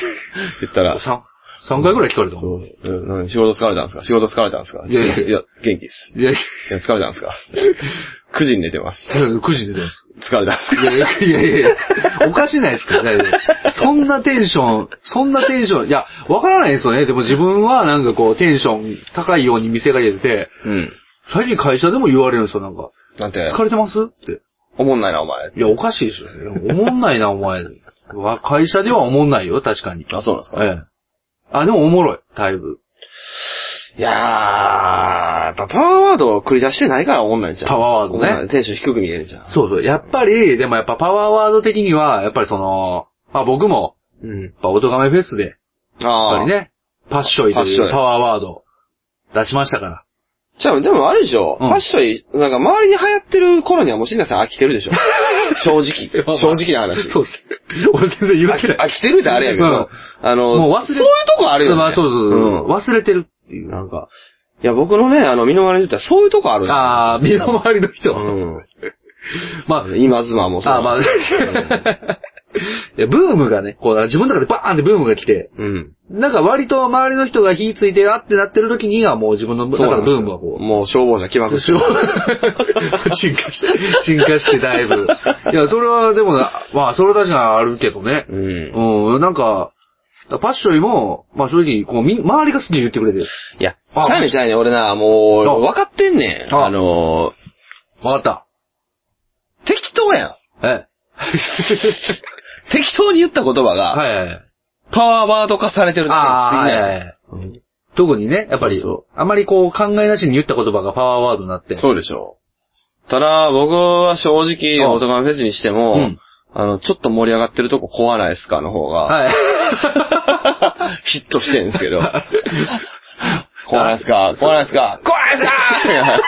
[SPEAKER 1] 言ったら、
[SPEAKER 2] 3、三回ぐらい聞かれたもん。
[SPEAKER 1] そううんなんか仕事疲れたんすか仕事疲れたんすか
[SPEAKER 2] いやいやいや
[SPEAKER 1] 元気っす。
[SPEAKER 2] いやいや、
[SPEAKER 1] いや、疲れたんすか ?9 時に寝てます。
[SPEAKER 2] 9時でです。
[SPEAKER 1] 疲れたんすか
[SPEAKER 2] いやいやいやいや、おかしないですか大丈夫そんなテンション、そんなテンション、いや、わからないですよね。でも自分はなんかこう、テンション高いように見せかけてて、
[SPEAKER 1] うん。
[SPEAKER 2] 最近会社でも言われるんですよ、なんか。
[SPEAKER 1] なんて、
[SPEAKER 2] 疲れてますって。
[SPEAKER 1] おもんないな、お前。
[SPEAKER 2] いや、おかしいでしょ。おもんないな、お前。 わ会社ではおもんないよ、確かに。
[SPEAKER 1] あ、そうなんですか、
[SPEAKER 2] ええ。あ、でもおもろい、だいぶ。
[SPEAKER 1] いやー、やっぱパワーワードを繰り出してないからおもんないんじゃん。
[SPEAKER 2] パワーワード
[SPEAKER 1] お
[SPEAKER 2] ね
[SPEAKER 1] もんないテンション低く見えるじゃん。
[SPEAKER 2] そうそう。やっぱり、でもやっぱパワーワード的には、やっぱりその、まあ僕も、
[SPEAKER 1] うん
[SPEAKER 2] や。っぱ、オトガメフェスで、やっ
[SPEAKER 1] あ
[SPEAKER 2] ぱ
[SPEAKER 1] あ。
[SPEAKER 2] り。ね、パッショイと
[SPEAKER 1] パッ
[SPEAKER 2] い
[SPEAKER 1] ショ
[SPEAKER 2] う
[SPEAKER 1] イ
[SPEAKER 2] パワーワードを出しましたから。
[SPEAKER 1] じゃあ、でもあれでしょ、
[SPEAKER 2] うん
[SPEAKER 1] ファッションい、なんか周りに流行ってる頃にはもう新田さん飽きてるでしょ 正直。正直な話。
[SPEAKER 2] そうです。 俺全然言うてな
[SPEAKER 1] 飽
[SPEAKER 2] い。
[SPEAKER 1] きてるってあれやけど、
[SPEAKER 2] うん
[SPEAKER 1] あの、
[SPEAKER 2] もう忘れ
[SPEAKER 1] そういうとこあるよね。
[SPEAKER 2] まあそうそうそうう。忘れてるってい
[SPEAKER 1] ん
[SPEAKER 2] う。
[SPEAKER 1] なんか、いや、僕のね、あの、身の回りの人はそういうとこあるの
[SPEAKER 2] ああ、身の回りの人。
[SPEAKER 1] うん。
[SPEAKER 2] ま
[SPEAKER 1] 今妻も
[SPEAKER 2] あ、
[SPEAKER 1] そう
[SPEAKER 2] ああまあ、 いやブームがね、こう、自分の中でバーンってブームが来て、
[SPEAKER 1] うん。
[SPEAKER 2] なんか割と周りの人が火ついてあってなってる時にはもう自分の中のブームはこう、
[SPEAKER 1] もう消防車起爆して
[SPEAKER 2] 進
[SPEAKER 1] る。
[SPEAKER 2] 化して、 進化してだいぶ。いや、それはでもな、まあ、それは確かにあるけどね。
[SPEAKER 1] うん。
[SPEAKER 2] うん、なんか、だからパッショイも、まあ正直、こう、み、周りが好きに言ってくれてる。
[SPEAKER 1] いや、ち
[SPEAKER 2] あ
[SPEAKER 1] ゃうねんちゃうねん、俺な、もう、
[SPEAKER 2] あ
[SPEAKER 1] 分かってんねん。
[SPEAKER 2] あ
[SPEAKER 1] あの
[SPEAKER 2] わか
[SPEAKER 1] ー、適当やん。
[SPEAKER 2] った。 え
[SPEAKER 1] 適当に言った言葉
[SPEAKER 2] え。
[SPEAKER 1] が、
[SPEAKER 2] はいはいはい。
[SPEAKER 1] パワーワード化されてるだ
[SPEAKER 2] ああ、
[SPEAKER 1] け
[SPEAKER 2] は
[SPEAKER 1] で
[SPEAKER 2] い
[SPEAKER 1] す
[SPEAKER 2] はい
[SPEAKER 1] ね。
[SPEAKER 2] はい。特にね、やっぱり、
[SPEAKER 1] そう
[SPEAKER 2] あまりこう考えなしに言った言葉がパワーワードになって。
[SPEAKER 1] そうでしょう。ただ、僕は正直、
[SPEAKER 2] あ
[SPEAKER 1] オトガメフェスにしても、
[SPEAKER 2] うん
[SPEAKER 1] あの、ちょっと盛り上がってるとこ壊ないっすかの方が、
[SPEAKER 2] はい。
[SPEAKER 1] ヒットしてるんです けど。壊ないっすか壊ないっすか壊ないっすか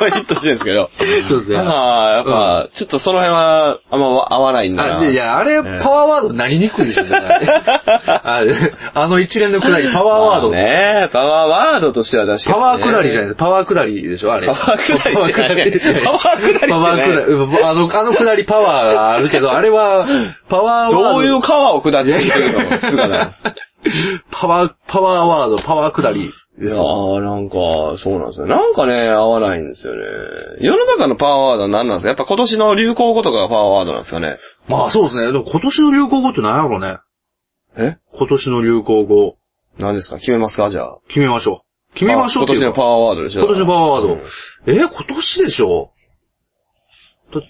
[SPEAKER 1] ちょいヒットしてるんですけど。
[SPEAKER 2] そうですね。
[SPEAKER 1] まあ、やっぱ、ちょっとその辺は、あんま合わないんだ
[SPEAKER 2] あ
[SPEAKER 1] な。
[SPEAKER 2] でいや、あれ、パワーワードになりにくいでしょ、だからああの一連のくだり、パワーワード。
[SPEAKER 1] まあねパワーワードとしては確かに、
[SPEAKER 2] パ
[SPEAKER 1] ね。
[SPEAKER 2] ワーくだりじゃない
[SPEAKER 1] い。
[SPEAKER 2] です。パワーくだりでしょ、あれ。
[SPEAKER 1] パワーくだりって何
[SPEAKER 2] パワーくだ
[SPEAKER 1] パ
[SPEAKER 2] り。パ
[SPEAKER 1] ワ
[SPEAKER 2] ワ
[SPEAKER 1] ーくだり
[SPEAKER 2] ー
[SPEAKER 1] って
[SPEAKER 2] くだり。あの、あのくだりパワーがあるけど、あれは、パワーワー
[SPEAKER 1] ど
[SPEAKER 2] ド。
[SPEAKER 1] ういう川を下っていくのかがない。
[SPEAKER 2] パワー、パワーワード、パワーくだり
[SPEAKER 1] い
[SPEAKER 2] で
[SPEAKER 1] や
[SPEAKER 2] すよ。
[SPEAKER 1] ー、なんか、そうなんですよ。なんかね、合わないんですよね。世の中のパワーワードは何なんですかやっぱ今年の流行語とかがパワーワードなんですかね。
[SPEAKER 2] まあそうですね。でも今年の流行語って何やろうね。
[SPEAKER 1] え
[SPEAKER 2] 今年の流行語、
[SPEAKER 1] 何ですか決めますかじゃあ。
[SPEAKER 2] 決めましょう。決めましょうってい
[SPEAKER 1] 今
[SPEAKER 2] う
[SPEAKER 1] 年のパ
[SPEAKER 2] か。
[SPEAKER 1] ワーワードでしょ
[SPEAKER 2] 今年のパワーワード
[SPEAKER 1] うん。
[SPEAKER 2] えー、今年でしょだ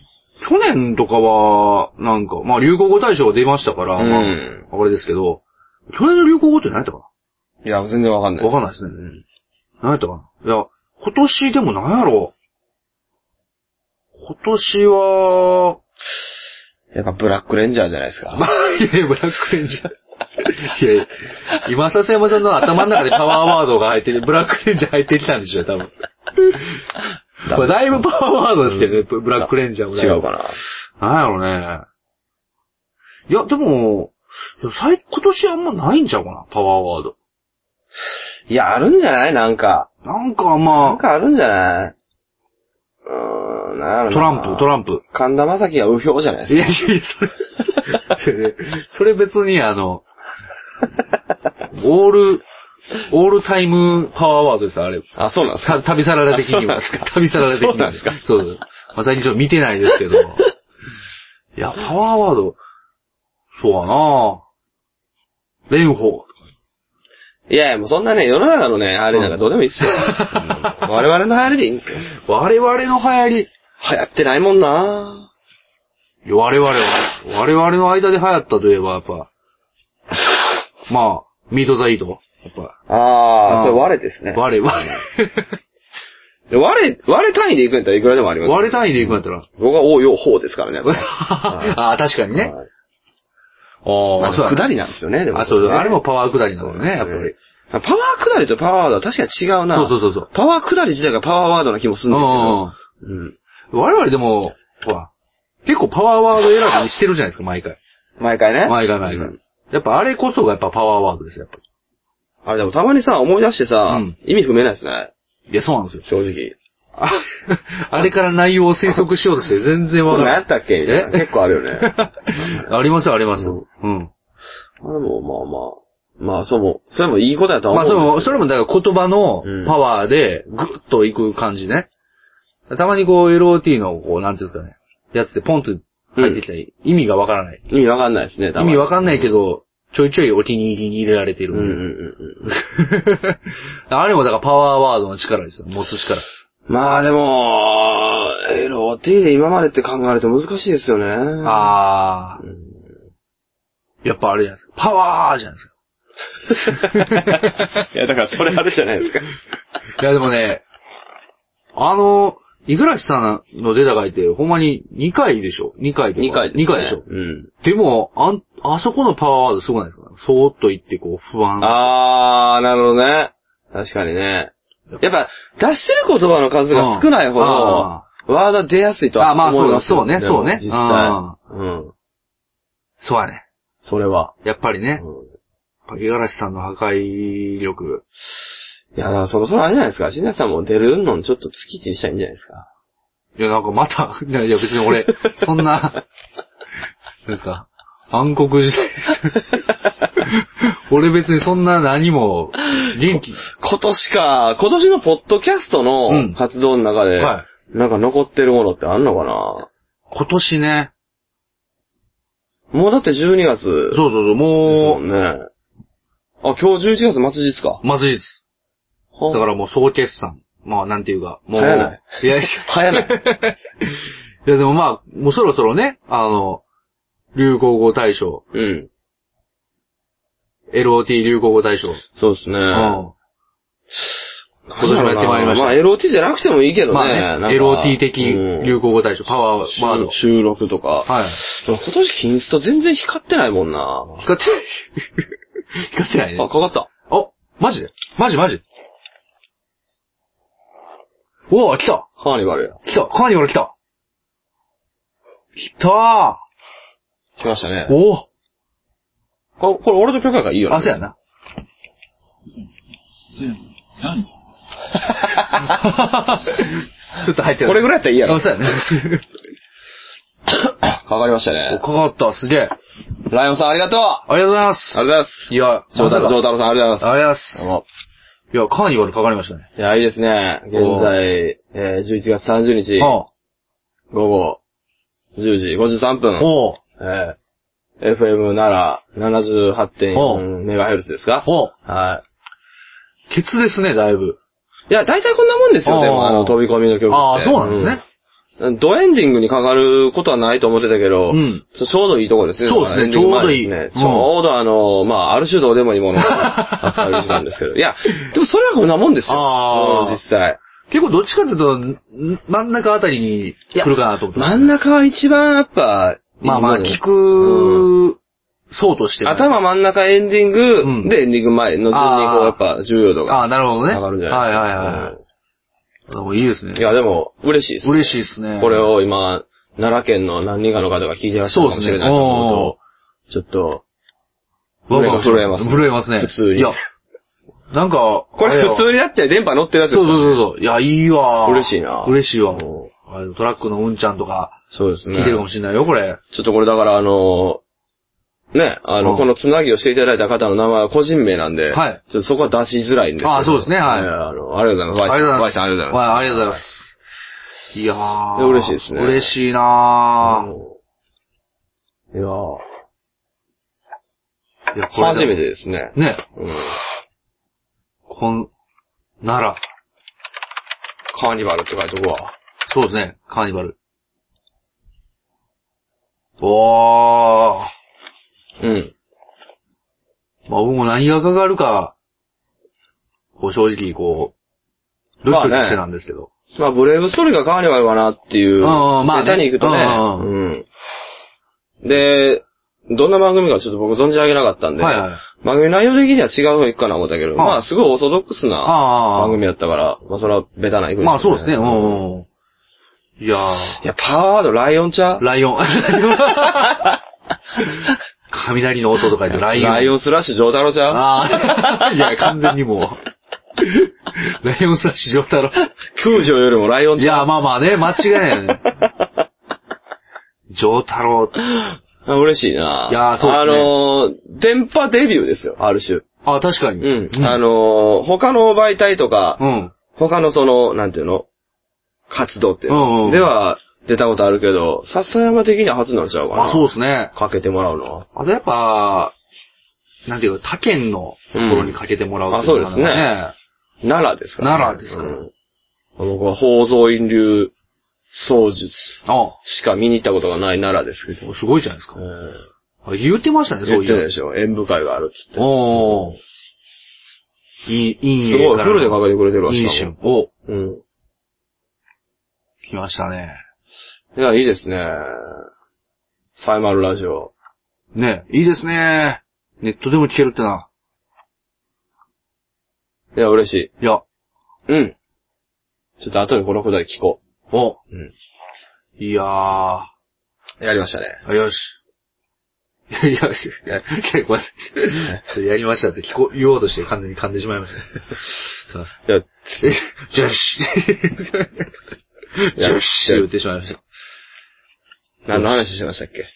[SPEAKER 2] 去年とかは、なんか、まあ流行語大賞が出ましたから、
[SPEAKER 1] うん
[SPEAKER 2] まああれですけど、去年の流行語って何やったか
[SPEAKER 1] いや、全然わかんな
[SPEAKER 2] ないわかん
[SPEAKER 1] い。
[SPEAKER 2] ないですね。うん何やったかないや、今年でも何やろう今年は、
[SPEAKER 1] やっぱブラックレンジャーじゃないです
[SPEAKER 2] ま
[SPEAKER 1] か。
[SPEAKER 2] あ、いやいや、ブラックレンジャー。いやいや、今笹山さんの頭の中でパワーワードが入ってて、ブラックレンジャー入ってきたんでしょ、多分。まあ、だいぶパワーワードですけどね、ブラックレンジャーもだいぶ。
[SPEAKER 1] 違うかな。
[SPEAKER 2] なんやろね。いや、でも、いや最今年あんまないんちゃうかな、パワーワード。
[SPEAKER 1] いや、あるんじゃないなんか。
[SPEAKER 2] なんか
[SPEAKER 1] なん
[SPEAKER 2] ま
[SPEAKER 1] かあるんじゃないうーん、なんやろな
[SPEAKER 2] あ、トランプ、トランプ。
[SPEAKER 1] 神田正輝が右表じゃないです
[SPEAKER 2] い
[SPEAKER 1] か。
[SPEAKER 2] やいやいや、それ、それ別にあの、オール、オールタイムパワーワードです、あれ。
[SPEAKER 1] あ、そうなんですか
[SPEAKER 2] た旅サラダ的には。旅サラダ的
[SPEAKER 1] そう
[SPEAKER 2] に
[SPEAKER 1] なん
[SPEAKER 2] は
[SPEAKER 1] ですか。
[SPEAKER 2] そう。まあ、最近ちょっと見て ないですけど。いや、パワーワード、そうやな蓮舫。
[SPEAKER 1] いやいや、もうそんなね、世の中のね、あれなんかどうでもいいっすよ。うん我々の流行りでいいんですよ。
[SPEAKER 2] 我々の流行り。
[SPEAKER 1] 流行ってないもんない
[SPEAKER 2] や我々は、我々の間で流行ったといえば、やっぱ、 まあ、ミートザイート。やっぱ、
[SPEAKER 1] あ
[SPEAKER 2] あー
[SPEAKER 1] あ、それ割れですね。
[SPEAKER 2] 我 々、
[SPEAKER 1] で割れ、割れ単位でいくんやったらいくらでもあります。
[SPEAKER 2] 割れ単位でいくんやっ たら。
[SPEAKER 1] 僕は応用法ですからね。
[SPEAKER 2] ああ、確かにね。
[SPEAKER 1] はい
[SPEAKER 2] お
[SPEAKER 1] ま
[SPEAKER 2] ー
[SPEAKER 1] あ
[SPEAKER 2] そうやな
[SPEAKER 1] 下りなんですよね、でも。
[SPEAKER 2] あ、そうそう。あれもパワー下りな
[SPEAKER 1] そうで
[SPEAKER 2] の
[SPEAKER 1] す
[SPEAKER 2] ね、やっぱり。。
[SPEAKER 1] パワー下りとパワーワードは確かに違うな。
[SPEAKER 2] そうそうそうそう。
[SPEAKER 1] パワー下り自体がパワーワードな気もす
[SPEAKER 2] う
[SPEAKER 1] るん
[SPEAKER 2] ん
[SPEAKER 1] だけ
[SPEAKER 2] うん
[SPEAKER 1] ど。。うん。
[SPEAKER 2] 我々でも、ほら、結構パワーワード選びにしてるじゃないですか、毎回。
[SPEAKER 1] 毎回ね。
[SPEAKER 2] 毎回毎
[SPEAKER 1] う
[SPEAKER 2] 回
[SPEAKER 1] ん。
[SPEAKER 2] やっぱあれこそがやっぱパワーワードですよ、やっぱり。
[SPEAKER 1] あれでもたまにさ、思い出してさ
[SPEAKER 2] うん、
[SPEAKER 1] 意味不明なんですね。
[SPEAKER 2] いや、そうなんですよ。
[SPEAKER 1] 正直。
[SPEAKER 2] あ あれから内容を推測しようとして全然わ
[SPEAKER 1] こ
[SPEAKER 2] か
[SPEAKER 1] れ
[SPEAKER 2] ら
[SPEAKER 1] 何
[SPEAKER 2] な
[SPEAKER 1] やっ。
[SPEAKER 2] い
[SPEAKER 1] たっけみたいな。
[SPEAKER 2] え
[SPEAKER 1] 結構あるよね。
[SPEAKER 2] ありますあります。
[SPEAKER 1] うん
[SPEAKER 2] うん。
[SPEAKER 1] あれも、まあまあ。まあ、そうも、それもいいことやとは
[SPEAKER 2] まあ、それ
[SPEAKER 1] 思う
[SPEAKER 2] も、
[SPEAKER 1] んですけ
[SPEAKER 2] そ
[SPEAKER 1] ど。
[SPEAKER 2] れもだから言葉の
[SPEAKER 1] うん
[SPEAKER 2] パワーでグッといく感じね。たまにこう LOT の、こう、なんていうんですかね、やつでポンと入ってきたり、意味がわからない。
[SPEAKER 1] 意味わかんないですね、
[SPEAKER 2] 意味わ
[SPEAKER 1] か
[SPEAKER 2] かんないけど、ちょいちょいお気に入りに入れられてる。
[SPEAKER 1] うんうんうんうん。
[SPEAKER 2] あれもだからパワーワードの力ですよ。持つ力。
[SPEAKER 1] まあでも、LOT で今までって考えると難しいですよね。あ。
[SPEAKER 2] ああ。やっぱあれじゃないですか。パワーじゃないで
[SPEAKER 1] い
[SPEAKER 2] す
[SPEAKER 1] や、だからそれあれじゃない ですか。
[SPEAKER 2] か。いやでもね、あの、五十嵐さんの出た回って、ほんまに2回でしょ ?2 回とか。
[SPEAKER 1] 2回です、ね。
[SPEAKER 2] 2回でしょ
[SPEAKER 1] うん。
[SPEAKER 2] でも、あん、あそこのパワーワードすごないですかそーっと言ってこう、不安。
[SPEAKER 1] あー、なるほどね。確かにね。やっぱ、出してる言葉の数が少ないほど、
[SPEAKER 2] うんあ
[SPEAKER 1] ワードは出やすいとは
[SPEAKER 2] あまあ
[SPEAKER 1] 思いますよ
[SPEAKER 2] そうだそ
[SPEAKER 1] でも
[SPEAKER 2] うねそうね
[SPEAKER 1] 実際
[SPEAKER 2] あ。
[SPEAKER 1] うん。
[SPEAKER 2] そうやね。
[SPEAKER 1] それは。
[SPEAKER 2] やっぱりね。
[SPEAKER 1] う
[SPEAKER 2] 五十嵐さんの破壊力。
[SPEAKER 1] ん。いや、だからそろそろあれじゃないですか。新田さんも出るのちょっと月一にしたらいいんじゃないですか。
[SPEAKER 2] いや、なんかまた、 いや、いや別に俺、そんな、なんですか、暗黒時代です。俺別にそんな何も、元気。
[SPEAKER 1] 今年か、今年のポッドキャスト
[SPEAKER 2] うん
[SPEAKER 1] の活動の中で、
[SPEAKER 2] はい。
[SPEAKER 1] なんか残ってるものってあんのかな
[SPEAKER 2] 今年ね、
[SPEAKER 1] もうだって12月
[SPEAKER 2] そうそうそう、
[SPEAKER 1] ですも
[SPEAKER 2] もう、
[SPEAKER 1] んね。あ、今日11月末日か。
[SPEAKER 2] まずいです。だからもう総決算。まあ、なんていうか、もう。
[SPEAKER 1] 早ない
[SPEAKER 2] いや、い
[SPEAKER 1] 早ない
[SPEAKER 2] いや、でもまあ、もうそろそろね、あの、流行語大賞、
[SPEAKER 1] うん。
[SPEAKER 2] LOT 流行語大賞。
[SPEAKER 1] そうですね。
[SPEAKER 2] う
[SPEAKER 1] 今
[SPEAKER 2] ん。今年もやってまいりました
[SPEAKER 1] まあ LOT じゃなくてもいいけどね。
[SPEAKER 2] まあね、LOT 的流行
[SPEAKER 1] 行
[SPEAKER 2] 語大賞、パワーワード。
[SPEAKER 1] 収録とか。
[SPEAKER 2] はい。
[SPEAKER 1] でも今年金スト全然光ってないもんな。
[SPEAKER 2] 光って、光ってない
[SPEAKER 1] あ、か
[SPEAKER 2] ね。
[SPEAKER 1] かった。
[SPEAKER 2] お、マジでマジマジ。おー、来た
[SPEAKER 1] カーニバルや。
[SPEAKER 2] 来たカーニバル来た来た
[SPEAKER 1] 来ましたね
[SPEAKER 2] ー。おー
[SPEAKER 1] ここれ俺と許可がいいよね。
[SPEAKER 2] あ、そうやな。 ちょっと入ってる。
[SPEAKER 1] これぐらいやったらいいやろ
[SPEAKER 2] あ、そうやね。
[SPEAKER 1] かかりました
[SPEAKER 2] お
[SPEAKER 1] ね。
[SPEAKER 2] かかった、すげえ。
[SPEAKER 1] ライオンさんありがとうあ
[SPEAKER 2] ありがとうございます。
[SPEAKER 1] りがとうございます。
[SPEAKER 2] いや、
[SPEAKER 1] ジョータロ
[SPEAKER 2] まさか
[SPEAKER 1] ジョータロさんありがとうございます。
[SPEAKER 2] ありがとうございま
[SPEAKER 1] どう
[SPEAKER 2] す。
[SPEAKER 1] も
[SPEAKER 2] いや、カーニバルかかりましたね。
[SPEAKER 1] いや、いいですね。現在、えー、11月30日、
[SPEAKER 2] は
[SPEAKER 1] 午後10時53
[SPEAKER 2] あ、
[SPEAKER 1] 分、
[SPEAKER 2] おう、
[SPEAKER 1] えー、FM なら
[SPEAKER 2] おう
[SPEAKER 1] 78.4MHz ですか
[SPEAKER 2] おう、
[SPEAKER 1] は
[SPEAKER 2] ケツですね、だいぶ。
[SPEAKER 1] い。いや、大体こんなもんですよ、で
[SPEAKER 2] おう
[SPEAKER 1] も、あの、飛び込みの曲って。
[SPEAKER 2] ああ、そうなんですね。
[SPEAKER 1] うん。ドエンディングにかかることはないと思ってたけど、
[SPEAKER 2] うん
[SPEAKER 1] ちょちょうどいいとこですね。
[SPEAKER 2] そうですね
[SPEAKER 1] エンディング前
[SPEAKER 2] ちょうどいい
[SPEAKER 1] ちょうどあの、まあ、ある種どうでもいいものを扱う時間ですけど。いや、でもそれはこんなもんですよ。
[SPEAKER 2] あー
[SPEAKER 1] うん実際。
[SPEAKER 2] 結構どっちかというと、ん真ん中あたりに来るかなと思ってま
[SPEAKER 1] 真
[SPEAKER 2] す
[SPEAKER 1] ん中は一番やっぱ、
[SPEAKER 2] まあまあ、
[SPEAKER 1] いいもの
[SPEAKER 2] 聞く、そうとしても
[SPEAKER 1] 頭真ん中エンディング、
[SPEAKER 2] うん
[SPEAKER 1] でエンディング前の順にこ
[SPEAKER 2] あー
[SPEAKER 1] うやっぱ重要度
[SPEAKER 2] あ
[SPEAKER 1] が
[SPEAKER 2] あ、なるほどね。
[SPEAKER 1] 上がるんじゃないですか。
[SPEAKER 2] はいはいはい。でもいいですね
[SPEAKER 1] うんい。やでも嬉しいです。
[SPEAKER 2] 嬉しいですね。
[SPEAKER 1] これを今、奈良県の何人かの方が聞いてらっしゃるかもしれないと思うと、ちょっと、
[SPEAKER 2] わか
[SPEAKER 1] 震えます
[SPEAKER 2] 震えますね。
[SPEAKER 1] 普通に
[SPEAKER 2] いや、なんか、
[SPEAKER 1] これ普通
[SPEAKER 2] に。
[SPEAKER 1] にだって電波乗ってるやつです
[SPEAKER 2] そう
[SPEAKER 1] よ
[SPEAKER 2] そうそうそう。いや、いいわ。
[SPEAKER 1] 嬉しいな
[SPEAKER 2] 嬉しいわ。
[SPEAKER 1] うん
[SPEAKER 2] あのトラックのうんちゃんとか、
[SPEAKER 1] そうですね。
[SPEAKER 2] 聞いてるかもしれないよ、これ。
[SPEAKER 1] ちょっとこれだからあのーね、あ
[SPEAKER 2] う
[SPEAKER 1] の、
[SPEAKER 2] ん
[SPEAKER 1] このつなぎをしていただいた方の名前は個人名なんで、
[SPEAKER 2] はい
[SPEAKER 1] ちょっとそこは出しづらいんですけど
[SPEAKER 2] あーそうですねはい
[SPEAKER 1] あの、ありがとうございます。
[SPEAKER 2] ありがとうございます。
[SPEAKER 1] バイさんありがとうございます。
[SPEAKER 2] はい、ありがとうございます。いやー。
[SPEAKER 1] いや嬉しいですね
[SPEAKER 2] 嬉しいなー。
[SPEAKER 1] うんいやー
[SPEAKER 2] いやこれ
[SPEAKER 1] 初めてですね。
[SPEAKER 2] ね、
[SPEAKER 1] うん
[SPEAKER 2] こん、なら、
[SPEAKER 1] カーニバルって書いとこわ。
[SPEAKER 2] そうですね、カーニバル。おー。
[SPEAKER 1] うん。
[SPEAKER 2] まあ僕も何がかかるか、こう正直こう、ドキドキしてたんですけど。
[SPEAKER 1] まあ、ブレイブストーリーがカーニバルかなっていう、
[SPEAKER 2] うんうんまあね
[SPEAKER 1] ネタに行くとね、
[SPEAKER 2] うんう
[SPEAKER 1] うんで、どんな番組かちょっと僕存じ上げなかったんで、
[SPEAKER 2] はいはい。
[SPEAKER 1] 番組内容的には違う方行くかな思ったけど、
[SPEAKER 2] ん
[SPEAKER 1] まあ、すごいオーソドックスな
[SPEAKER 2] ああ
[SPEAKER 1] 番。組やったから、まあ、それはベタな行く
[SPEAKER 2] まあそうですね、うん
[SPEAKER 1] ん。
[SPEAKER 2] うんうん。いや
[SPEAKER 1] いや、パワーワードライオンちゃ
[SPEAKER 2] ー、
[SPEAKER 1] う
[SPEAKER 2] ラ イオン。雷の音とか言ってライオン。
[SPEAKER 1] ライオンスラッシュ上太郎ちゃう
[SPEAKER 2] あ あ。いや、完全にもう。 ライオンスラッシュ上太郎。
[SPEAKER 1] 空城よりもライオン
[SPEAKER 2] い
[SPEAKER 1] ちゃう
[SPEAKER 2] や、まあまあね、間違いないよね。上太郎。
[SPEAKER 1] あ嬉しいない
[SPEAKER 2] やーそうですね
[SPEAKER 1] あのー、電波デビューですよ、ある種。
[SPEAKER 2] あ、確かに。
[SPEAKER 1] うん。あ、のー、他の媒体とか、
[SPEAKER 2] うん。
[SPEAKER 1] 他のその、なんていうの活動っていう
[SPEAKER 2] うんうん
[SPEAKER 1] の。では、出たことあるけど、笹山的には初になっちゃうかな。
[SPEAKER 2] あ、そうですね。
[SPEAKER 1] かけてもらうのは。
[SPEAKER 2] あとやっぱ、なんていうか、他県のところにかけてもらうっていのが
[SPEAKER 1] うんあ奈良ですから、
[SPEAKER 2] 奈良ですから
[SPEAKER 1] うん僕は宝蔵院流創術
[SPEAKER 2] あ、
[SPEAKER 1] しか見に行ったことがない奈良ですけど。
[SPEAKER 2] すごいじゃないですか
[SPEAKER 1] う。ん
[SPEAKER 2] あ言ってましたね、そう
[SPEAKER 1] 言って
[SPEAKER 2] い
[SPEAKER 1] たで
[SPEAKER 2] う。
[SPEAKER 1] しょ。演舞会があるっつって。
[SPEAKER 2] おー。いい、いい
[SPEAKER 1] すごい、フルでか
[SPEAKER 2] か
[SPEAKER 1] けてくれてるわ、
[SPEAKER 2] いい
[SPEAKER 1] しか
[SPEAKER 2] 瞬
[SPEAKER 1] も。。
[SPEAKER 2] お、
[SPEAKER 1] うん。
[SPEAKER 2] 来ましたね。
[SPEAKER 1] いや、いいですね。サイマルラジオ。
[SPEAKER 2] ね、いいですね。ネットでも聞けるってな。
[SPEAKER 1] いや、嬉しい。
[SPEAKER 2] いや、
[SPEAKER 1] うん。ちょっと後でこのくだり聞こ
[SPEAKER 2] お、
[SPEAKER 1] う。うん。
[SPEAKER 2] いやー。
[SPEAKER 1] やりましたね。
[SPEAKER 2] あよし。いや、いや、いや、いやごめんなさい。ちょっとやりましたって聞こう、言おうとして完全に噛んでしまいました。そう
[SPEAKER 1] いや、
[SPEAKER 2] え、よし。
[SPEAKER 1] いや
[SPEAKER 2] よし。言ってしまいました。
[SPEAKER 1] 何の話しましたっけ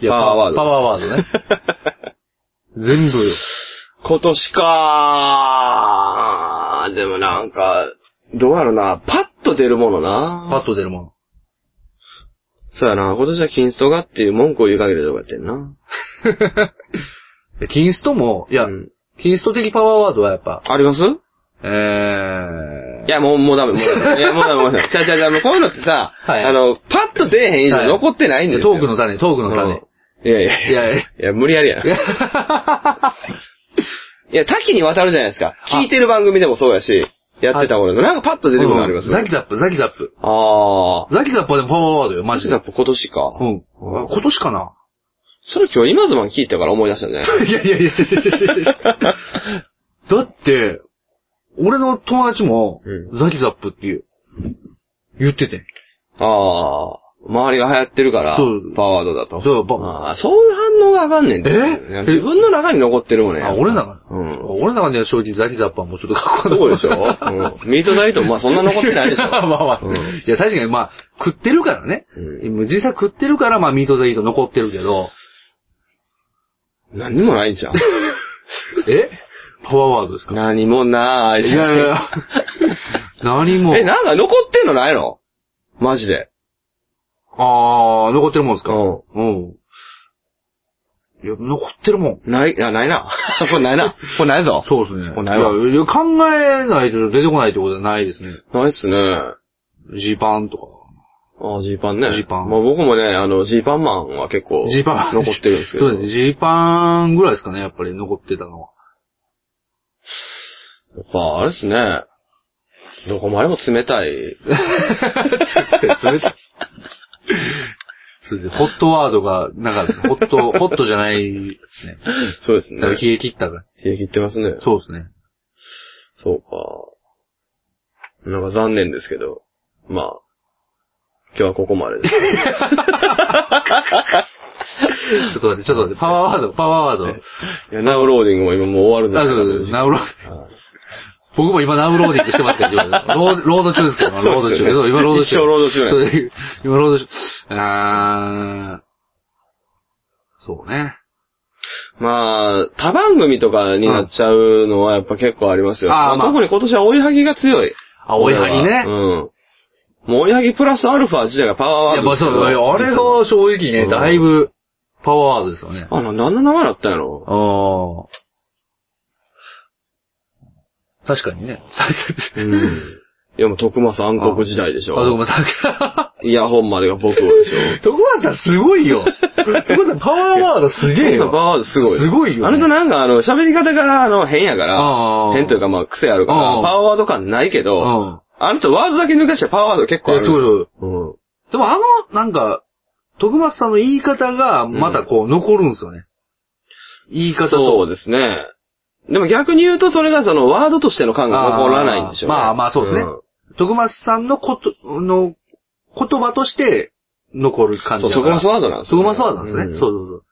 [SPEAKER 2] いや
[SPEAKER 1] パワーワード
[SPEAKER 2] パワーワードね。全部。
[SPEAKER 1] 今年かー。でもなんか、どうやろな。パッと出るものな。
[SPEAKER 2] パッと出るもの。
[SPEAKER 1] そうやな。今年は金ストがっていう文句を言う限りでよかったよな。
[SPEAKER 2] でキンストも、いや、
[SPEAKER 1] うん
[SPEAKER 2] キンスト的パワーワードはやっぱ、
[SPEAKER 1] あります
[SPEAKER 2] えー、
[SPEAKER 1] いや、もう、もうダメ、もうダメ。いや、もうダメ、もう ダメ。ちゃうちゃうちゃう、もうこういうのってさ、
[SPEAKER 2] はい
[SPEAKER 1] あの、パッと出えへん以上残ってないんですよ。
[SPEAKER 2] トークの種、トークの種。
[SPEAKER 1] うんいやいや
[SPEAKER 2] いやい
[SPEAKER 1] い
[SPEAKER 2] や
[SPEAKER 1] や、無理やりやな。いや、多岐にわたるじゃないですか。聞いてる番組でもそうやし、やってた頃の。なんかパ ッと出てくるのあります
[SPEAKER 2] ザキザップ、ザキザップ。
[SPEAKER 1] あー。
[SPEAKER 2] ザキザップはでもパワーワードよ、マジで。
[SPEAKER 1] ザップ今年か。
[SPEAKER 2] うん。
[SPEAKER 1] うん
[SPEAKER 2] 今年かな
[SPEAKER 1] それ今日今ズマン聞いたから思い出したんじ ゃない
[SPEAKER 2] いやいやいや、いやいやいやいやだって、俺の友達も、
[SPEAKER 1] う
[SPEAKER 2] ザキザップっていう、言っててん。
[SPEAKER 1] あー。周りが流行ってるから
[SPEAKER 2] そう、
[SPEAKER 1] パワードだと。
[SPEAKER 2] そうば
[SPEAKER 1] あーそういう反応があかんねんて
[SPEAKER 2] え
[SPEAKER 1] いや自分の中に残ってるもんね。
[SPEAKER 2] あ、俺の中、
[SPEAKER 1] うん
[SPEAKER 2] 俺の中では正直ザキザップはもうちょっとかっ
[SPEAKER 1] そ
[SPEAKER 2] こよ
[SPEAKER 1] う
[SPEAKER 2] か
[SPEAKER 1] で
[SPEAKER 2] っ
[SPEAKER 1] したょ、うん、ミートダイトもまあそんな残ってないでしょ。
[SPEAKER 2] まあまあ、
[SPEAKER 1] うん
[SPEAKER 2] いや、確かにまあ、食ってるからね。
[SPEAKER 1] う
[SPEAKER 2] もう実際食ってるから、まあ、ミートザイート残ってるけど、
[SPEAKER 1] 何もないじゃん。
[SPEAKER 2] えパワーワードです か
[SPEAKER 1] 何もない
[SPEAKER 2] い
[SPEAKER 1] じゃ
[SPEAKER 2] やいや
[SPEAKER 1] ん。、
[SPEAKER 2] 何も。
[SPEAKER 1] え、なんか残ってんのないのマジで。
[SPEAKER 2] あー、残ってるもんですか
[SPEAKER 1] う
[SPEAKER 2] うん。いや、残ってるもん。
[SPEAKER 1] ん。ない、あ、ないな。 これないな。これないぞ。
[SPEAKER 2] そうですね。
[SPEAKER 1] これないわ
[SPEAKER 2] いやいや考えないと出てこないってことはないですね。
[SPEAKER 1] ないっすね。あ
[SPEAKER 2] ジーパンとか。
[SPEAKER 1] ー、ジーパンね。
[SPEAKER 2] ジーパン
[SPEAKER 1] まあ僕もね、あの、ジーパンマンは結構。
[SPEAKER 2] ジーパン。
[SPEAKER 1] 残ってるんですけ
[SPEAKER 2] そうですね
[SPEAKER 1] ど。
[SPEAKER 2] ジーパンぐらいですかね、やっぱり残ってたのは。
[SPEAKER 1] やっぱ、あれっすね。どこまでも冷たい。
[SPEAKER 2] 冷たい。そうですね。ホットワードが、なんか、ホッ ト、ホットじゃないですね。
[SPEAKER 1] そうです
[SPEAKER 2] だ
[SPEAKER 1] ね
[SPEAKER 2] から。冷え切ったが。
[SPEAKER 1] 冷え切ってますね。
[SPEAKER 2] そうですね。
[SPEAKER 1] そうか。なんか残念ですけど。まあ、今日はここま でです。
[SPEAKER 2] ちょっと待って、ちょっと待って、パワーワード、パワーワード。
[SPEAKER 1] いや、ナウローディングも今もう終わるんだ
[SPEAKER 2] あ、
[SPEAKER 1] か
[SPEAKER 2] そ
[SPEAKER 1] ら
[SPEAKER 2] うそうそう、ナウロー僕も今ナウローディングしてますけど、自分でロードロード中ですけど、今ロード中。
[SPEAKER 1] そうですよね
[SPEAKER 2] そう今ロード中。
[SPEAKER 1] 一生ロード中なん
[SPEAKER 2] そう今ロード中。あー、そうね。
[SPEAKER 1] まあ、他番組とかになっちゃうのはやっぱ結構ありますよ。
[SPEAKER 2] あー
[SPEAKER 1] まあ
[SPEAKER 2] まあ
[SPEAKER 1] 特に今年は追いはぎが強い。
[SPEAKER 2] あ、おいはにね
[SPEAKER 1] う。ん。もう追いはぎプラスアルファ自体がパワ
[SPEAKER 2] い
[SPEAKER 1] ーワー
[SPEAKER 2] や、
[SPEAKER 1] ド
[SPEAKER 2] まあ
[SPEAKER 1] です
[SPEAKER 2] そ
[SPEAKER 1] け
[SPEAKER 2] う、
[SPEAKER 1] ど。
[SPEAKER 2] あれが正直ね、
[SPEAKER 1] うん
[SPEAKER 2] だいぶ、パワーワードですよね。
[SPEAKER 1] あ、なんであんな名前だったんやろ
[SPEAKER 2] ああ。確かにね。
[SPEAKER 1] うん。いや、もう徳松暗黒時代でし
[SPEAKER 2] あ、徳
[SPEAKER 1] ょ。
[SPEAKER 2] 間さ
[SPEAKER 1] イヤホンまでが僕をでしょ。
[SPEAKER 2] ん。 徳間さんすごい よ。徳間さんパワーワードすげえ
[SPEAKER 1] 徳松
[SPEAKER 2] よ。
[SPEAKER 1] パワーワードすごい。
[SPEAKER 2] すごいよね
[SPEAKER 1] あの人なんかあの、喋り方があの、変やから、
[SPEAKER 2] ああ。
[SPEAKER 1] 変というかまあ癖あるから、パ
[SPEAKER 2] ああ
[SPEAKER 1] ワーワード感ないけ
[SPEAKER 2] う
[SPEAKER 1] ど、
[SPEAKER 2] ん。
[SPEAKER 1] あの人ワードだけ抜かしてパワーワード結構あ
[SPEAKER 2] え、
[SPEAKER 1] る。
[SPEAKER 2] すごいよ。
[SPEAKER 1] うん。
[SPEAKER 2] でもあの、なんか、徳松さんの言い方が、またこう、残るんですよね。言い方
[SPEAKER 1] そう
[SPEAKER 2] と。
[SPEAKER 1] ですね。でも逆に言うと、それがそのワードとしての感が残らないんでしょうね。
[SPEAKER 2] あーまあまあそうですね
[SPEAKER 1] ん
[SPEAKER 2] 徳松さんのこと、の、言葉として、残る感じ
[SPEAKER 1] そ
[SPEAKER 2] だ
[SPEAKER 1] う、
[SPEAKER 2] から。
[SPEAKER 1] 徳松ワードなんです
[SPEAKER 2] ト
[SPEAKER 1] よ
[SPEAKER 2] グ
[SPEAKER 1] ね
[SPEAKER 2] マスワードなんですね。
[SPEAKER 1] ん
[SPEAKER 2] そうそうそう。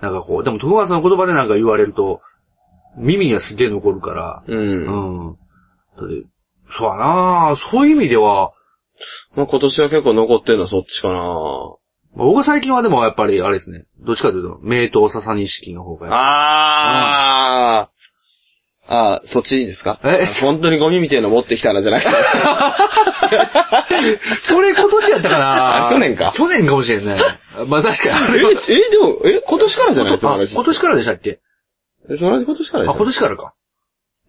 [SPEAKER 2] なんかこう、でもトグマさんの言葉でなんか言われると、耳にはすげえ残るから、
[SPEAKER 1] う。
[SPEAKER 2] うんん。だってそうやなぁそういう意味では、
[SPEAKER 1] まあ今年は結構残ってるのはそっちかな
[SPEAKER 2] まあ僕は最近はでもやっぱりあれですね、どっちかというと、名刀笹錦の方がやっ
[SPEAKER 1] あーあー、そっちですか
[SPEAKER 2] え
[SPEAKER 1] 本当にゴミみたいなの持ってきたなじゃなくて。
[SPEAKER 2] ぱ。それ今年やったかな
[SPEAKER 1] 去年か
[SPEAKER 2] 去年かもし れない。まあ確かに あ
[SPEAKER 1] え、
[SPEAKER 2] れは。
[SPEAKER 1] え、でも、え、今年からじゃないですか
[SPEAKER 2] あ今年からでしたっけ
[SPEAKER 1] えその話今年から
[SPEAKER 2] あ、
[SPEAKER 1] でしょ
[SPEAKER 2] 今年からか。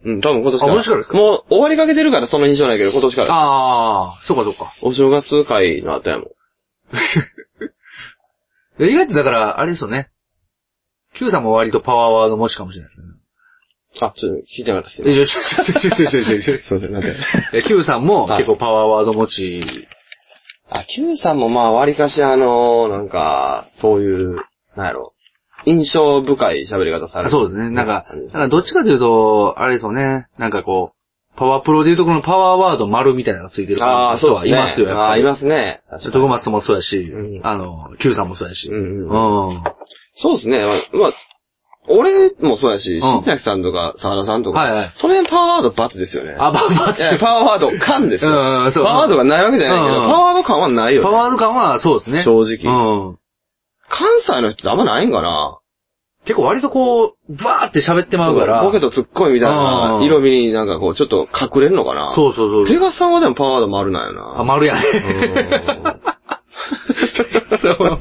[SPEAKER 1] うん、多分今年から。
[SPEAKER 2] あ今年からですか
[SPEAKER 1] もう終わりかけてるからその印象ないけど、今年から。
[SPEAKER 2] ああ、そうかそうか。
[SPEAKER 1] お正月会の後やもん。
[SPEAKER 2] で意外とだから、あれですよね。Q さんも割とパワーワード持ちかもしれないですね。
[SPEAKER 1] あ、ちょっと聞いてなかったです
[SPEAKER 2] い
[SPEAKER 1] ね。
[SPEAKER 2] やちょちょちょちょちょちょち ょ
[SPEAKER 1] すいません、なんで。
[SPEAKER 2] え、Q さんも
[SPEAKER 1] はい
[SPEAKER 2] 結構パワーワード持ち。
[SPEAKER 1] あ、Q さんもまあ、割かしあの、なんか、そういう、なんやろ、印象深い喋り方され
[SPEAKER 2] あ
[SPEAKER 1] る。
[SPEAKER 2] そうですね。なんか、
[SPEAKER 1] うん
[SPEAKER 2] なんかどっちかというと、あれですよね。なんかこう、パワープロでいうとこのパワーワード丸みたいなのがついてる
[SPEAKER 1] ああ、そう
[SPEAKER 2] 人
[SPEAKER 1] ですね。
[SPEAKER 2] はいますよ、やっ
[SPEAKER 1] あ
[SPEAKER 2] ぱ
[SPEAKER 1] あ、い
[SPEAKER 2] り。
[SPEAKER 1] ますね。確か
[SPEAKER 2] 徳
[SPEAKER 1] に
[SPEAKER 2] 松もそうやし
[SPEAKER 1] う、ん
[SPEAKER 2] あの、Q さんもそうやし。
[SPEAKER 1] う
[SPEAKER 2] う
[SPEAKER 1] んう
[SPEAKER 2] ん。
[SPEAKER 1] ん、
[SPEAKER 2] は
[SPEAKER 1] そうですね。まあ、俺もそうやし、
[SPEAKER 2] ん
[SPEAKER 1] 新崎さんとか沢田さんと
[SPEAKER 2] い
[SPEAKER 1] か、
[SPEAKER 2] はい。
[SPEAKER 1] その辺パワーワード×ですよね。
[SPEAKER 2] あ、パワーワ
[SPEAKER 1] い
[SPEAKER 2] ー
[SPEAKER 1] やパワーワード感ですよ。
[SPEAKER 2] ド。うん、
[SPEAKER 1] パ
[SPEAKER 2] そう。
[SPEAKER 1] ワーワードがないわけじゃないけど、
[SPEAKER 2] うん
[SPEAKER 1] パワーワード感はないよ、
[SPEAKER 2] パ
[SPEAKER 1] ね。
[SPEAKER 2] ワーワード感はそうですね。
[SPEAKER 1] 正直、
[SPEAKER 2] うん。
[SPEAKER 1] 関西の人ってあんまないんかな
[SPEAKER 2] 結構割とこう、バーって喋ってまうから。
[SPEAKER 1] そうボケとツッコミみたいな
[SPEAKER 2] うん
[SPEAKER 1] 色味になんかこう、ちょっと隠れるのかな
[SPEAKER 2] そうそうそ
[SPEAKER 1] ペ
[SPEAKER 2] う。
[SPEAKER 1] ガさんはでもパワーワードもあるなんよな。
[SPEAKER 2] あ、丸やね。
[SPEAKER 1] うん
[SPEAKER 2] そう。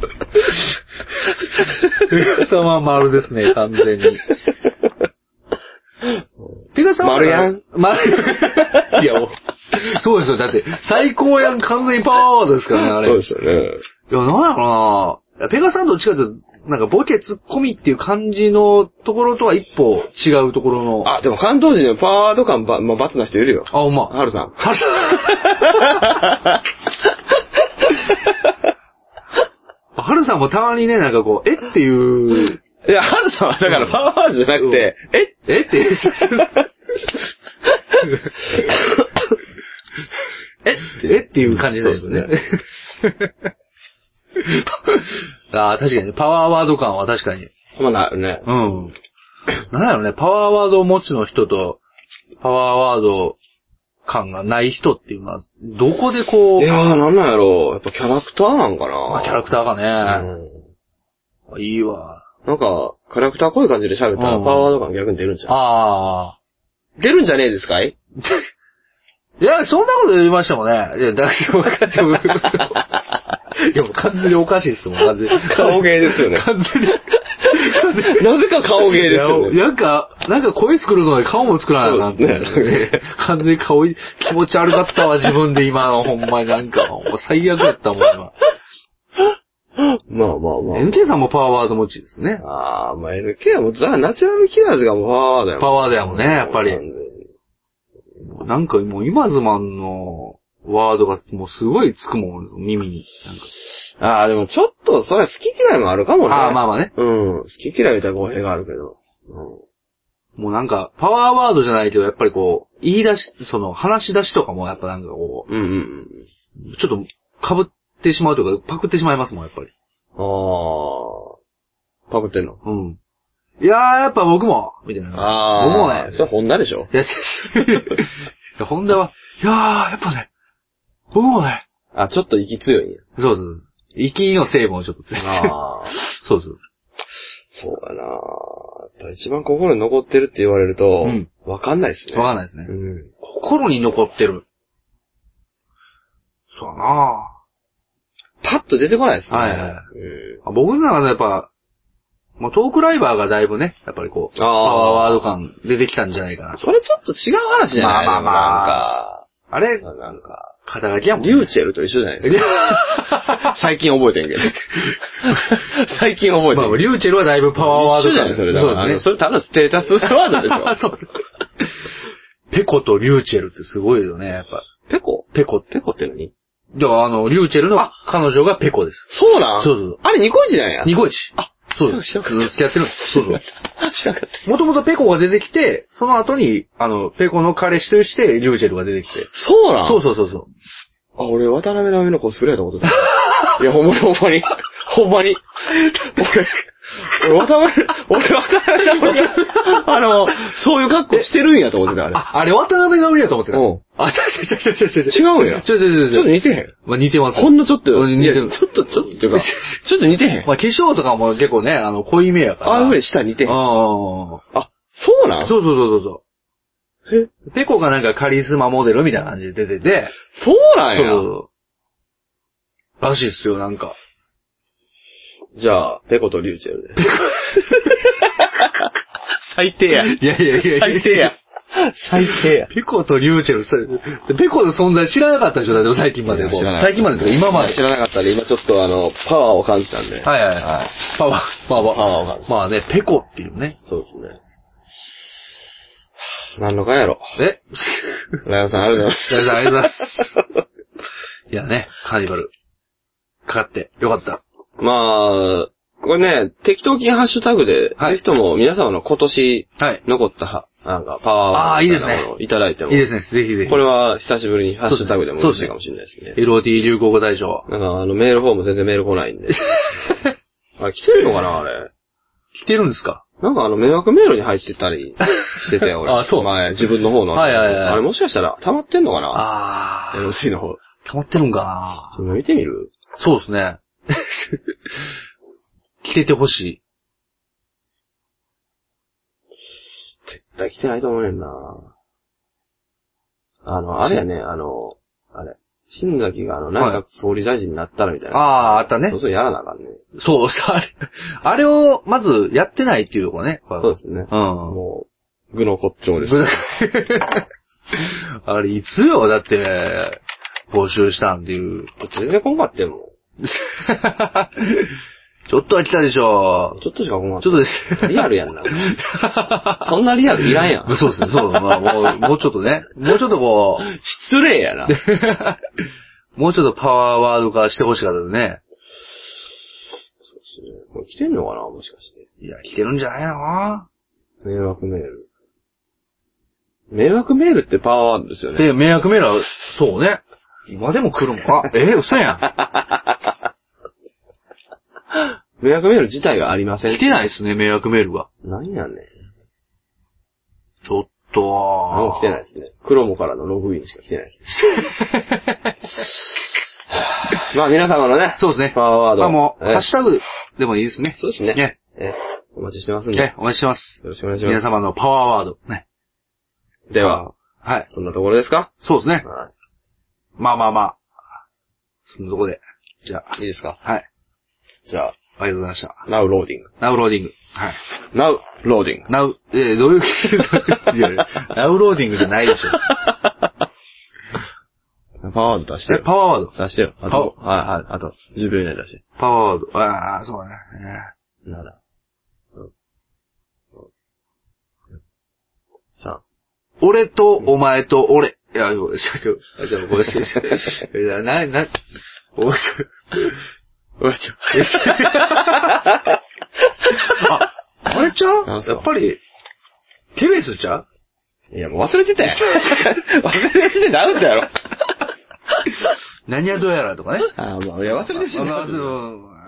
[SPEAKER 2] ペガさんは丸ですね、完全 に。ペガさんは、
[SPEAKER 1] 丸やん
[SPEAKER 2] 丸、いや、もうそうですよ。だって、最高やん、完全にパワーワードですからね、あれ。
[SPEAKER 1] そうですよね。
[SPEAKER 2] いや、なんやろなペガさんと違って、なんかボケツッコミっていう感じのところとは一歩違うところの。あ、
[SPEAKER 1] あ、でも関東人のパワーとかもば、まあ、バツな人いるよ。
[SPEAKER 2] ほんま。
[SPEAKER 1] はるさん。
[SPEAKER 2] はるはるさんもたまにね、なんかこう、えっていう、
[SPEAKER 1] いや、はるさんはだからパワーじゃなくて、え
[SPEAKER 2] えっていう、ええっていう感じなんですね
[SPEAKER 1] そうで。
[SPEAKER 2] ああ、確かに、パワーワード感は確かに。
[SPEAKER 1] ほんまなるね。
[SPEAKER 2] うん。なんやろね、パワーワードを持ちの人と、パワーワード感がない人っていうのは、どこでこ、
[SPEAKER 1] いうやー、なんなんやろう。やっぱキャラクターなんかな。
[SPEAKER 2] まあ、キャラクターがね、
[SPEAKER 1] うん
[SPEAKER 2] いいわ。
[SPEAKER 1] なんか、キャラクターこういう感じで喋ったら、
[SPEAKER 2] うん
[SPEAKER 1] パワーとか逆に出るんじゃん。
[SPEAKER 2] ああ。
[SPEAKER 1] 出るんじゃねえです かい
[SPEAKER 2] いや、そんなこと言いましたもんね。いや、だけど、か ってもいや、もう完全におかしいですもん、完全に。
[SPEAKER 1] 顔芸です よね。
[SPEAKER 2] 完全に。完全に
[SPEAKER 1] なぜか顔芸ですよ
[SPEAKER 2] い
[SPEAKER 1] ね。
[SPEAKER 2] やなんか、なんか声作るのに顔も作らないな
[SPEAKER 1] そうですね
[SPEAKER 2] 完全に顔い、気持ち悪かったわ、自分で今の、ほんまになんか、もう最悪やったもん、今。
[SPEAKER 1] まあまあま
[SPEAKER 2] NK さんもパワーワード持ちですね。
[SPEAKER 1] あ。ああー、まあ NK はもうザ・ナチュラルキラーズがもうパワーだよ。
[SPEAKER 2] パワーだもんね、やっぱ
[SPEAKER 1] 完
[SPEAKER 2] り。
[SPEAKER 1] 全に
[SPEAKER 2] なんかもう今ズマンのワードがもうすごいつくもん、耳に。なんか
[SPEAKER 1] ああ、でもちょっと、それは好き嫌いもあるかもね。
[SPEAKER 2] ああ、まあまあね。
[SPEAKER 1] うん。好き嫌いみたいな語弊があるけど。う
[SPEAKER 2] もうなんか、パワーワードじゃないけど、やっぱりこう、言い出し、その、話し出しとかもやっぱなんかこ
[SPEAKER 1] ん。うんうん
[SPEAKER 2] う、ちょっと被ってしまうというか、パクってしまいますもん、やっぱり。
[SPEAKER 1] うん。ああ。パクってんの
[SPEAKER 2] うん。いやー、やっぱ僕も、みたいな。僕も
[SPEAKER 1] ああ。
[SPEAKER 2] ね。
[SPEAKER 1] それ本田でしょ
[SPEAKER 2] いや、いや、ホンダは、いやー、やっぱね、僕もね、
[SPEAKER 1] あ、ちょっと息強いんや。
[SPEAKER 2] そうそう。息の成分をちょっとついて。
[SPEAKER 1] ああ。
[SPEAKER 2] そうそう。
[SPEAKER 1] そうやなやっぱ一番心に残ってるって言われると
[SPEAKER 2] うん、
[SPEAKER 1] わ、かんないですね。
[SPEAKER 2] わかんないですね。
[SPEAKER 1] うん。
[SPEAKER 2] 心に残ってる。そうやな
[SPEAKER 1] パッと出てこないですね。
[SPEAKER 2] はいはいはい
[SPEAKER 1] うん
[SPEAKER 2] あ僕の中のやっぱ、まあ、トークライバーがだいぶね、やっぱりこう、
[SPEAKER 1] あー
[SPEAKER 2] パワーワード感出てきたんじゃないかなと。
[SPEAKER 1] それちょっと違う話じゃない
[SPEAKER 2] まあまあまあれ
[SPEAKER 1] なんか、、なんか、
[SPEAKER 2] 肩書きやもん、
[SPEAKER 1] リューチェルと一緒じゃないですか。最近覚えてんけど。 最近覚え て
[SPEAKER 2] まあ
[SPEAKER 1] んけど。
[SPEAKER 2] リューチェルはだいぶパワーワー
[SPEAKER 1] 一緒
[SPEAKER 2] ド
[SPEAKER 1] じゃ
[SPEAKER 2] 感。
[SPEAKER 1] ないそれだから。
[SPEAKER 2] そう
[SPEAKER 1] あ
[SPEAKER 2] で
[SPEAKER 1] のそ
[SPEAKER 2] すね。。
[SPEAKER 1] れただステータスワードでしょ
[SPEAKER 2] そう。ペコとリューチェルってすごいよね、やっぱ。
[SPEAKER 1] ペコ
[SPEAKER 2] ペコって。
[SPEAKER 1] ペコって何
[SPEAKER 2] じゃあ、あの、リューチェルの彼女がペコです。
[SPEAKER 1] そうなん
[SPEAKER 2] そうそう
[SPEAKER 1] あれニコイチなんや。
[SPEAKER 2] ニコイチ。あ、そうです。
[SPEAKER 1] 知ら
[SPEAKER 2] 付
[SPEAKER 1] なかった
[SPEAKER 2] き合ってるんです。そうそう。
[SPEAKER 1] 知らなかった。
[SPEAKER 2] もともとペコが出てきて、その後に、あの、ペコの彼氏として、リューチェルが出てきて。
[SPEAKER 1] そうなん
[SPEAKER 2] そうそうそうそう。
[SPEAKER 1] あ、俺、渡辺直美のコスプレやったこと ない。いや、ほんまにほんまに。ほんまに。俺、俺、渡辺、俺、渡辺直美が、あの、そういう格好してるんやと思ってた、あれ。
[SPEAKER 2] あ、あれ渡辺直美だと思ってた。
[SPEAKER 1] うん
[SPEAKER 2] あ、違う違う違う違う違う。
[SPEAKER 1] 違うんや
[SPEAKER 2] 違う違う違う。
[SPEAKER 1] ちょっと似てへん。
[SPEAKER 2] まあ似てます。
[SPEAKER 1] ほんのちょっと、
[SPEAKER 2] うん
[SPEAKER 1] い
[SPEAKER 2] 似て
[SPEAKER 1] や、ち
[SPEAKER 2] る
[SPEAKER 1] ょっと、ちょっと、っていうか、 ちょっと似てへん。
[SPEAKER 2] まあ化粧とかも結構ね、あの、濃いめやから。
[SPEAKER 1] ああいうふうに
[SPEAKER 2] し
[SPEAKER 1] 下似て
[SPEAKER 2] て
[SPEAKER 1] へ
[SPEAKER 2] うん
[SPEAKER 1] ん。
[SPEAKER 2] うんうん。
[SPEAKER 1] あ、そうなん
[SPEAKER 2] そうそうそうそうそう。
[SPEAKER 1] え
[SPEAKER 2] ペコがなんかカリスマモデルみたいな感じで出てて、
[SPEAKER 1] そうな
[SPEAKER 2] そうんそう
[SPEAKER 1] や。
[SPEAKER 2] そう。らしいっすよ、なんか。
[SPEAKER 1] じゃあ、ペコとリュウチェルで。 最低や。
[SPEAKER 2] いやいやいやい や
[SPEAKER 1] 最低や。最低や。
[SPEAKER 2] ペコとリューチェルさ、ペコの存在知らなかったでしょ、だって最近までもう。
[SPEAKER 1] 知らなかった
[SPEAKER 2] 最近までというか今まで。
[SPEAKER 1] 知らなかったんで、今ちょっとあの、パワーを感じたんで。
[SPEAKER 2] はいはいはい。パワー、パワー。
[SPEAKER 1] パワーがある
[SPEAKER 2] まあね、ペコっていうね。
[SPEAKER 1] そうですね。 はあ何のかやろ。
[SPEAKER 2] え
[SPEAKER 1] ライオンさん、ありがとうございます。
[SPEAKER 2] ありがとうございます。いやね、カーニバル。かかって、よかった。
[SPEAKER 1] まあ、これね、適当金ハッシュタグで、
[SPEAKER 2] はい
[SPEAKER 1] ぜひとも皆様の今年
[SPEAKER 2] はい。
[SPEAKER 1] 残った、なんか、パワー
[SPEAKER 2] あーいいですね
[SPEAKER 1] みたなものをいただいて
[SPEAKER 2] い
[SPEAKER 1] も。
[SPEAKER 2] いですね、ぜひぜひ。
[SPEAKER 1] これは久しぶりにハッシュタグでも
[SPEAKER 2] そう
[SPEAKER 1] 嬉し
[SPEAKER 2] ですね
[SPEAKER 1] いかもしれないですね。
[SPEAKER 2] LOT 流行語大賞。
[SPEAKER 1] なんか、あの、メールフォーム全然メール来 ないんで。あれ、来てるのかなあれ。
[SPEAKER 2] 来てるんですか
[SPEAKER 1] なんかあの、迷惑メールに入ってたりしてて、俺。
[SPEAKER 2] あそう
[SPEAKER 1] 前、自分の方の。
[SPEAKER 2] はいはいはい
[SPEAKER 1] あれ、もしかしたら、溜まってんのかな
[SPEAKER 2] あー、
[SPEAKER 1] ?LC の方。
[SPEAKER 2] 溜まってるんか
[SPEAKER 1] それ見てみる
[SPEAKER 2] なそうですね。 来ててほしい。
[SPEAKER 1] 絶対来てないと思うねんな。あの、あれやね、あの、あれ。新崎があの、内閣総理大臣になったらみたい
[SPEAKER 2] あ
[SPEAKER 1] な。
[SPEAKER 2] あ、あったね
[SPEAKER 1] そう。そうやらなあかんね。
[SPEAKER 2] そう、さあれ、あれを、まず、やってないっていうとこね。そ
[SPEAKER 1] そうですね。
[SPEAKER 2] うん。
[SPEAKER 1] もう、具の骨頂です。
[SPEAKER 2] ぶ あれ、いつよ、だって、募集したんっていう。
[SPEAKER 1] 全然こんかってんもん。
[SPEAKER 2] ちょっとは来たでしょ。
[SPEAKER 1] ちょっとしかこんかっ
[SPEAKER 2] ち
[SPEAKER 1] て
[SPEAKER 2] ょっ
[SPEAKER 1] ん
[SPEAKER 2] と です。
[SPEAKER 1] リアルやんな。そんなリアルいらんやん。
[SPEAKER 2] そうですね、そう。まあ、もう、もうちょっとね。もうちょっとこう、
[SPEAKER 1] 失礼やな。
[SPEAKER 2] もうちょっとパワーワード化してほしかったですね。
[SPEAKER 1] これ来てんのかなもしかして。
[SPEAKER 2] いや、来てるんじゃないの
[SPEAKER 1] 迷惑メール。迷惑メールってパワーワードですよね。
[SPEAKER 2] で、迷惑メールは、そうね。今でも来るもん。あ、えー、嘘やん。
[SPEAKER 1] 迷惑メール自体がありません。
[SPEAKER 2] 来てないですね、迷惑メールが。
[SPEAKER 1] 何やねん。
[SPEAKER 2] ちょっと。
[SPEAKER 1] 何も来てない
[SPEAKER 2] い。
[SPEAKER 1] ですね。クロモからのログインしか来てない ですね。まあ皆様のね、
[SPEAKER 2] そうですね。
[SPEAKER 1] パワーワード。
[SPEAKER 2] まあもう、
[SPEAKER 1] ええ
[SPEAKER 2] ハッシュタグでもいいですね。
[SPEAKER 1] そうですね。
[SPEAKER 2] ね
[SPEAKER 1] えお待ちしてますんで。
[SPEAKER 2] ね
[SPEAKER 1] よ、
[SPEAKER 2] お願いします。
[SPEAKER 1] ろしくお願いします。
[SPEAKER 2] 皆様のパワーワード。ね。
[SPEAKER 1] では、
[SPEAKER 2] はい。
[SPEAKER 1] そんなところですか
[SPEAKER 2] そうですね。
[SPEAKER 1] は
[SPEAKER 2] まあまあまあ。そんなとこで。じゃあ、
[SPEAKER 1] い。いいですか
[SPEAKER 2] はい。
[SPEAKER 1] じゃあ、
[SPEAKER 2] ありがとうございました。
[SPEAKER 1] Now Loading。
[SPEAKER 2] ナウローディング。はい。
[SPEAKER 1] Now Loading。
[SPEAKER 2] ナウ、えーどういう いやいや、ナウローディングじゃないでし ょ。
[SPEAKER 1] パワーワード出して
[SPEAKER 2] え、
[SPEAKER 1] よ。
[SPEAKER 2] パワーワード。
[SPEAKER 1] 出してよ。あ
[SPEAKER 2] パ
[SPEAKER 1] と、はいはい。あと、10秒以内に出して。
[SPEAKER 2] パワーワード。ああ、そうね。
[SPEAKER 1] なら。うん。さ
[SPEAKER 2] えー俺と、お前と、俺。いや、ごめん、ちょ、ちょ、ちょ、ごめん、ちょ、ちょ、 いやな、な、お前、ちょ、俺ちょ、あ、あれちゃう
[SPEAKER 1] なんすか
[SPEAKER 2] やっぱり、ケベスちゃう
[SPEAKER 1] あ。いや、もう忘れて たよ。忘れててなる んだやろ。
[SPEAKER 2] 何やどうやらとかね。
[SPEAKER 1] ああ、まあ、いや、忘れてしま
[SPEAKER 2] まあ
[SPEAKER 1] う。
[SPEAKER 2] まあ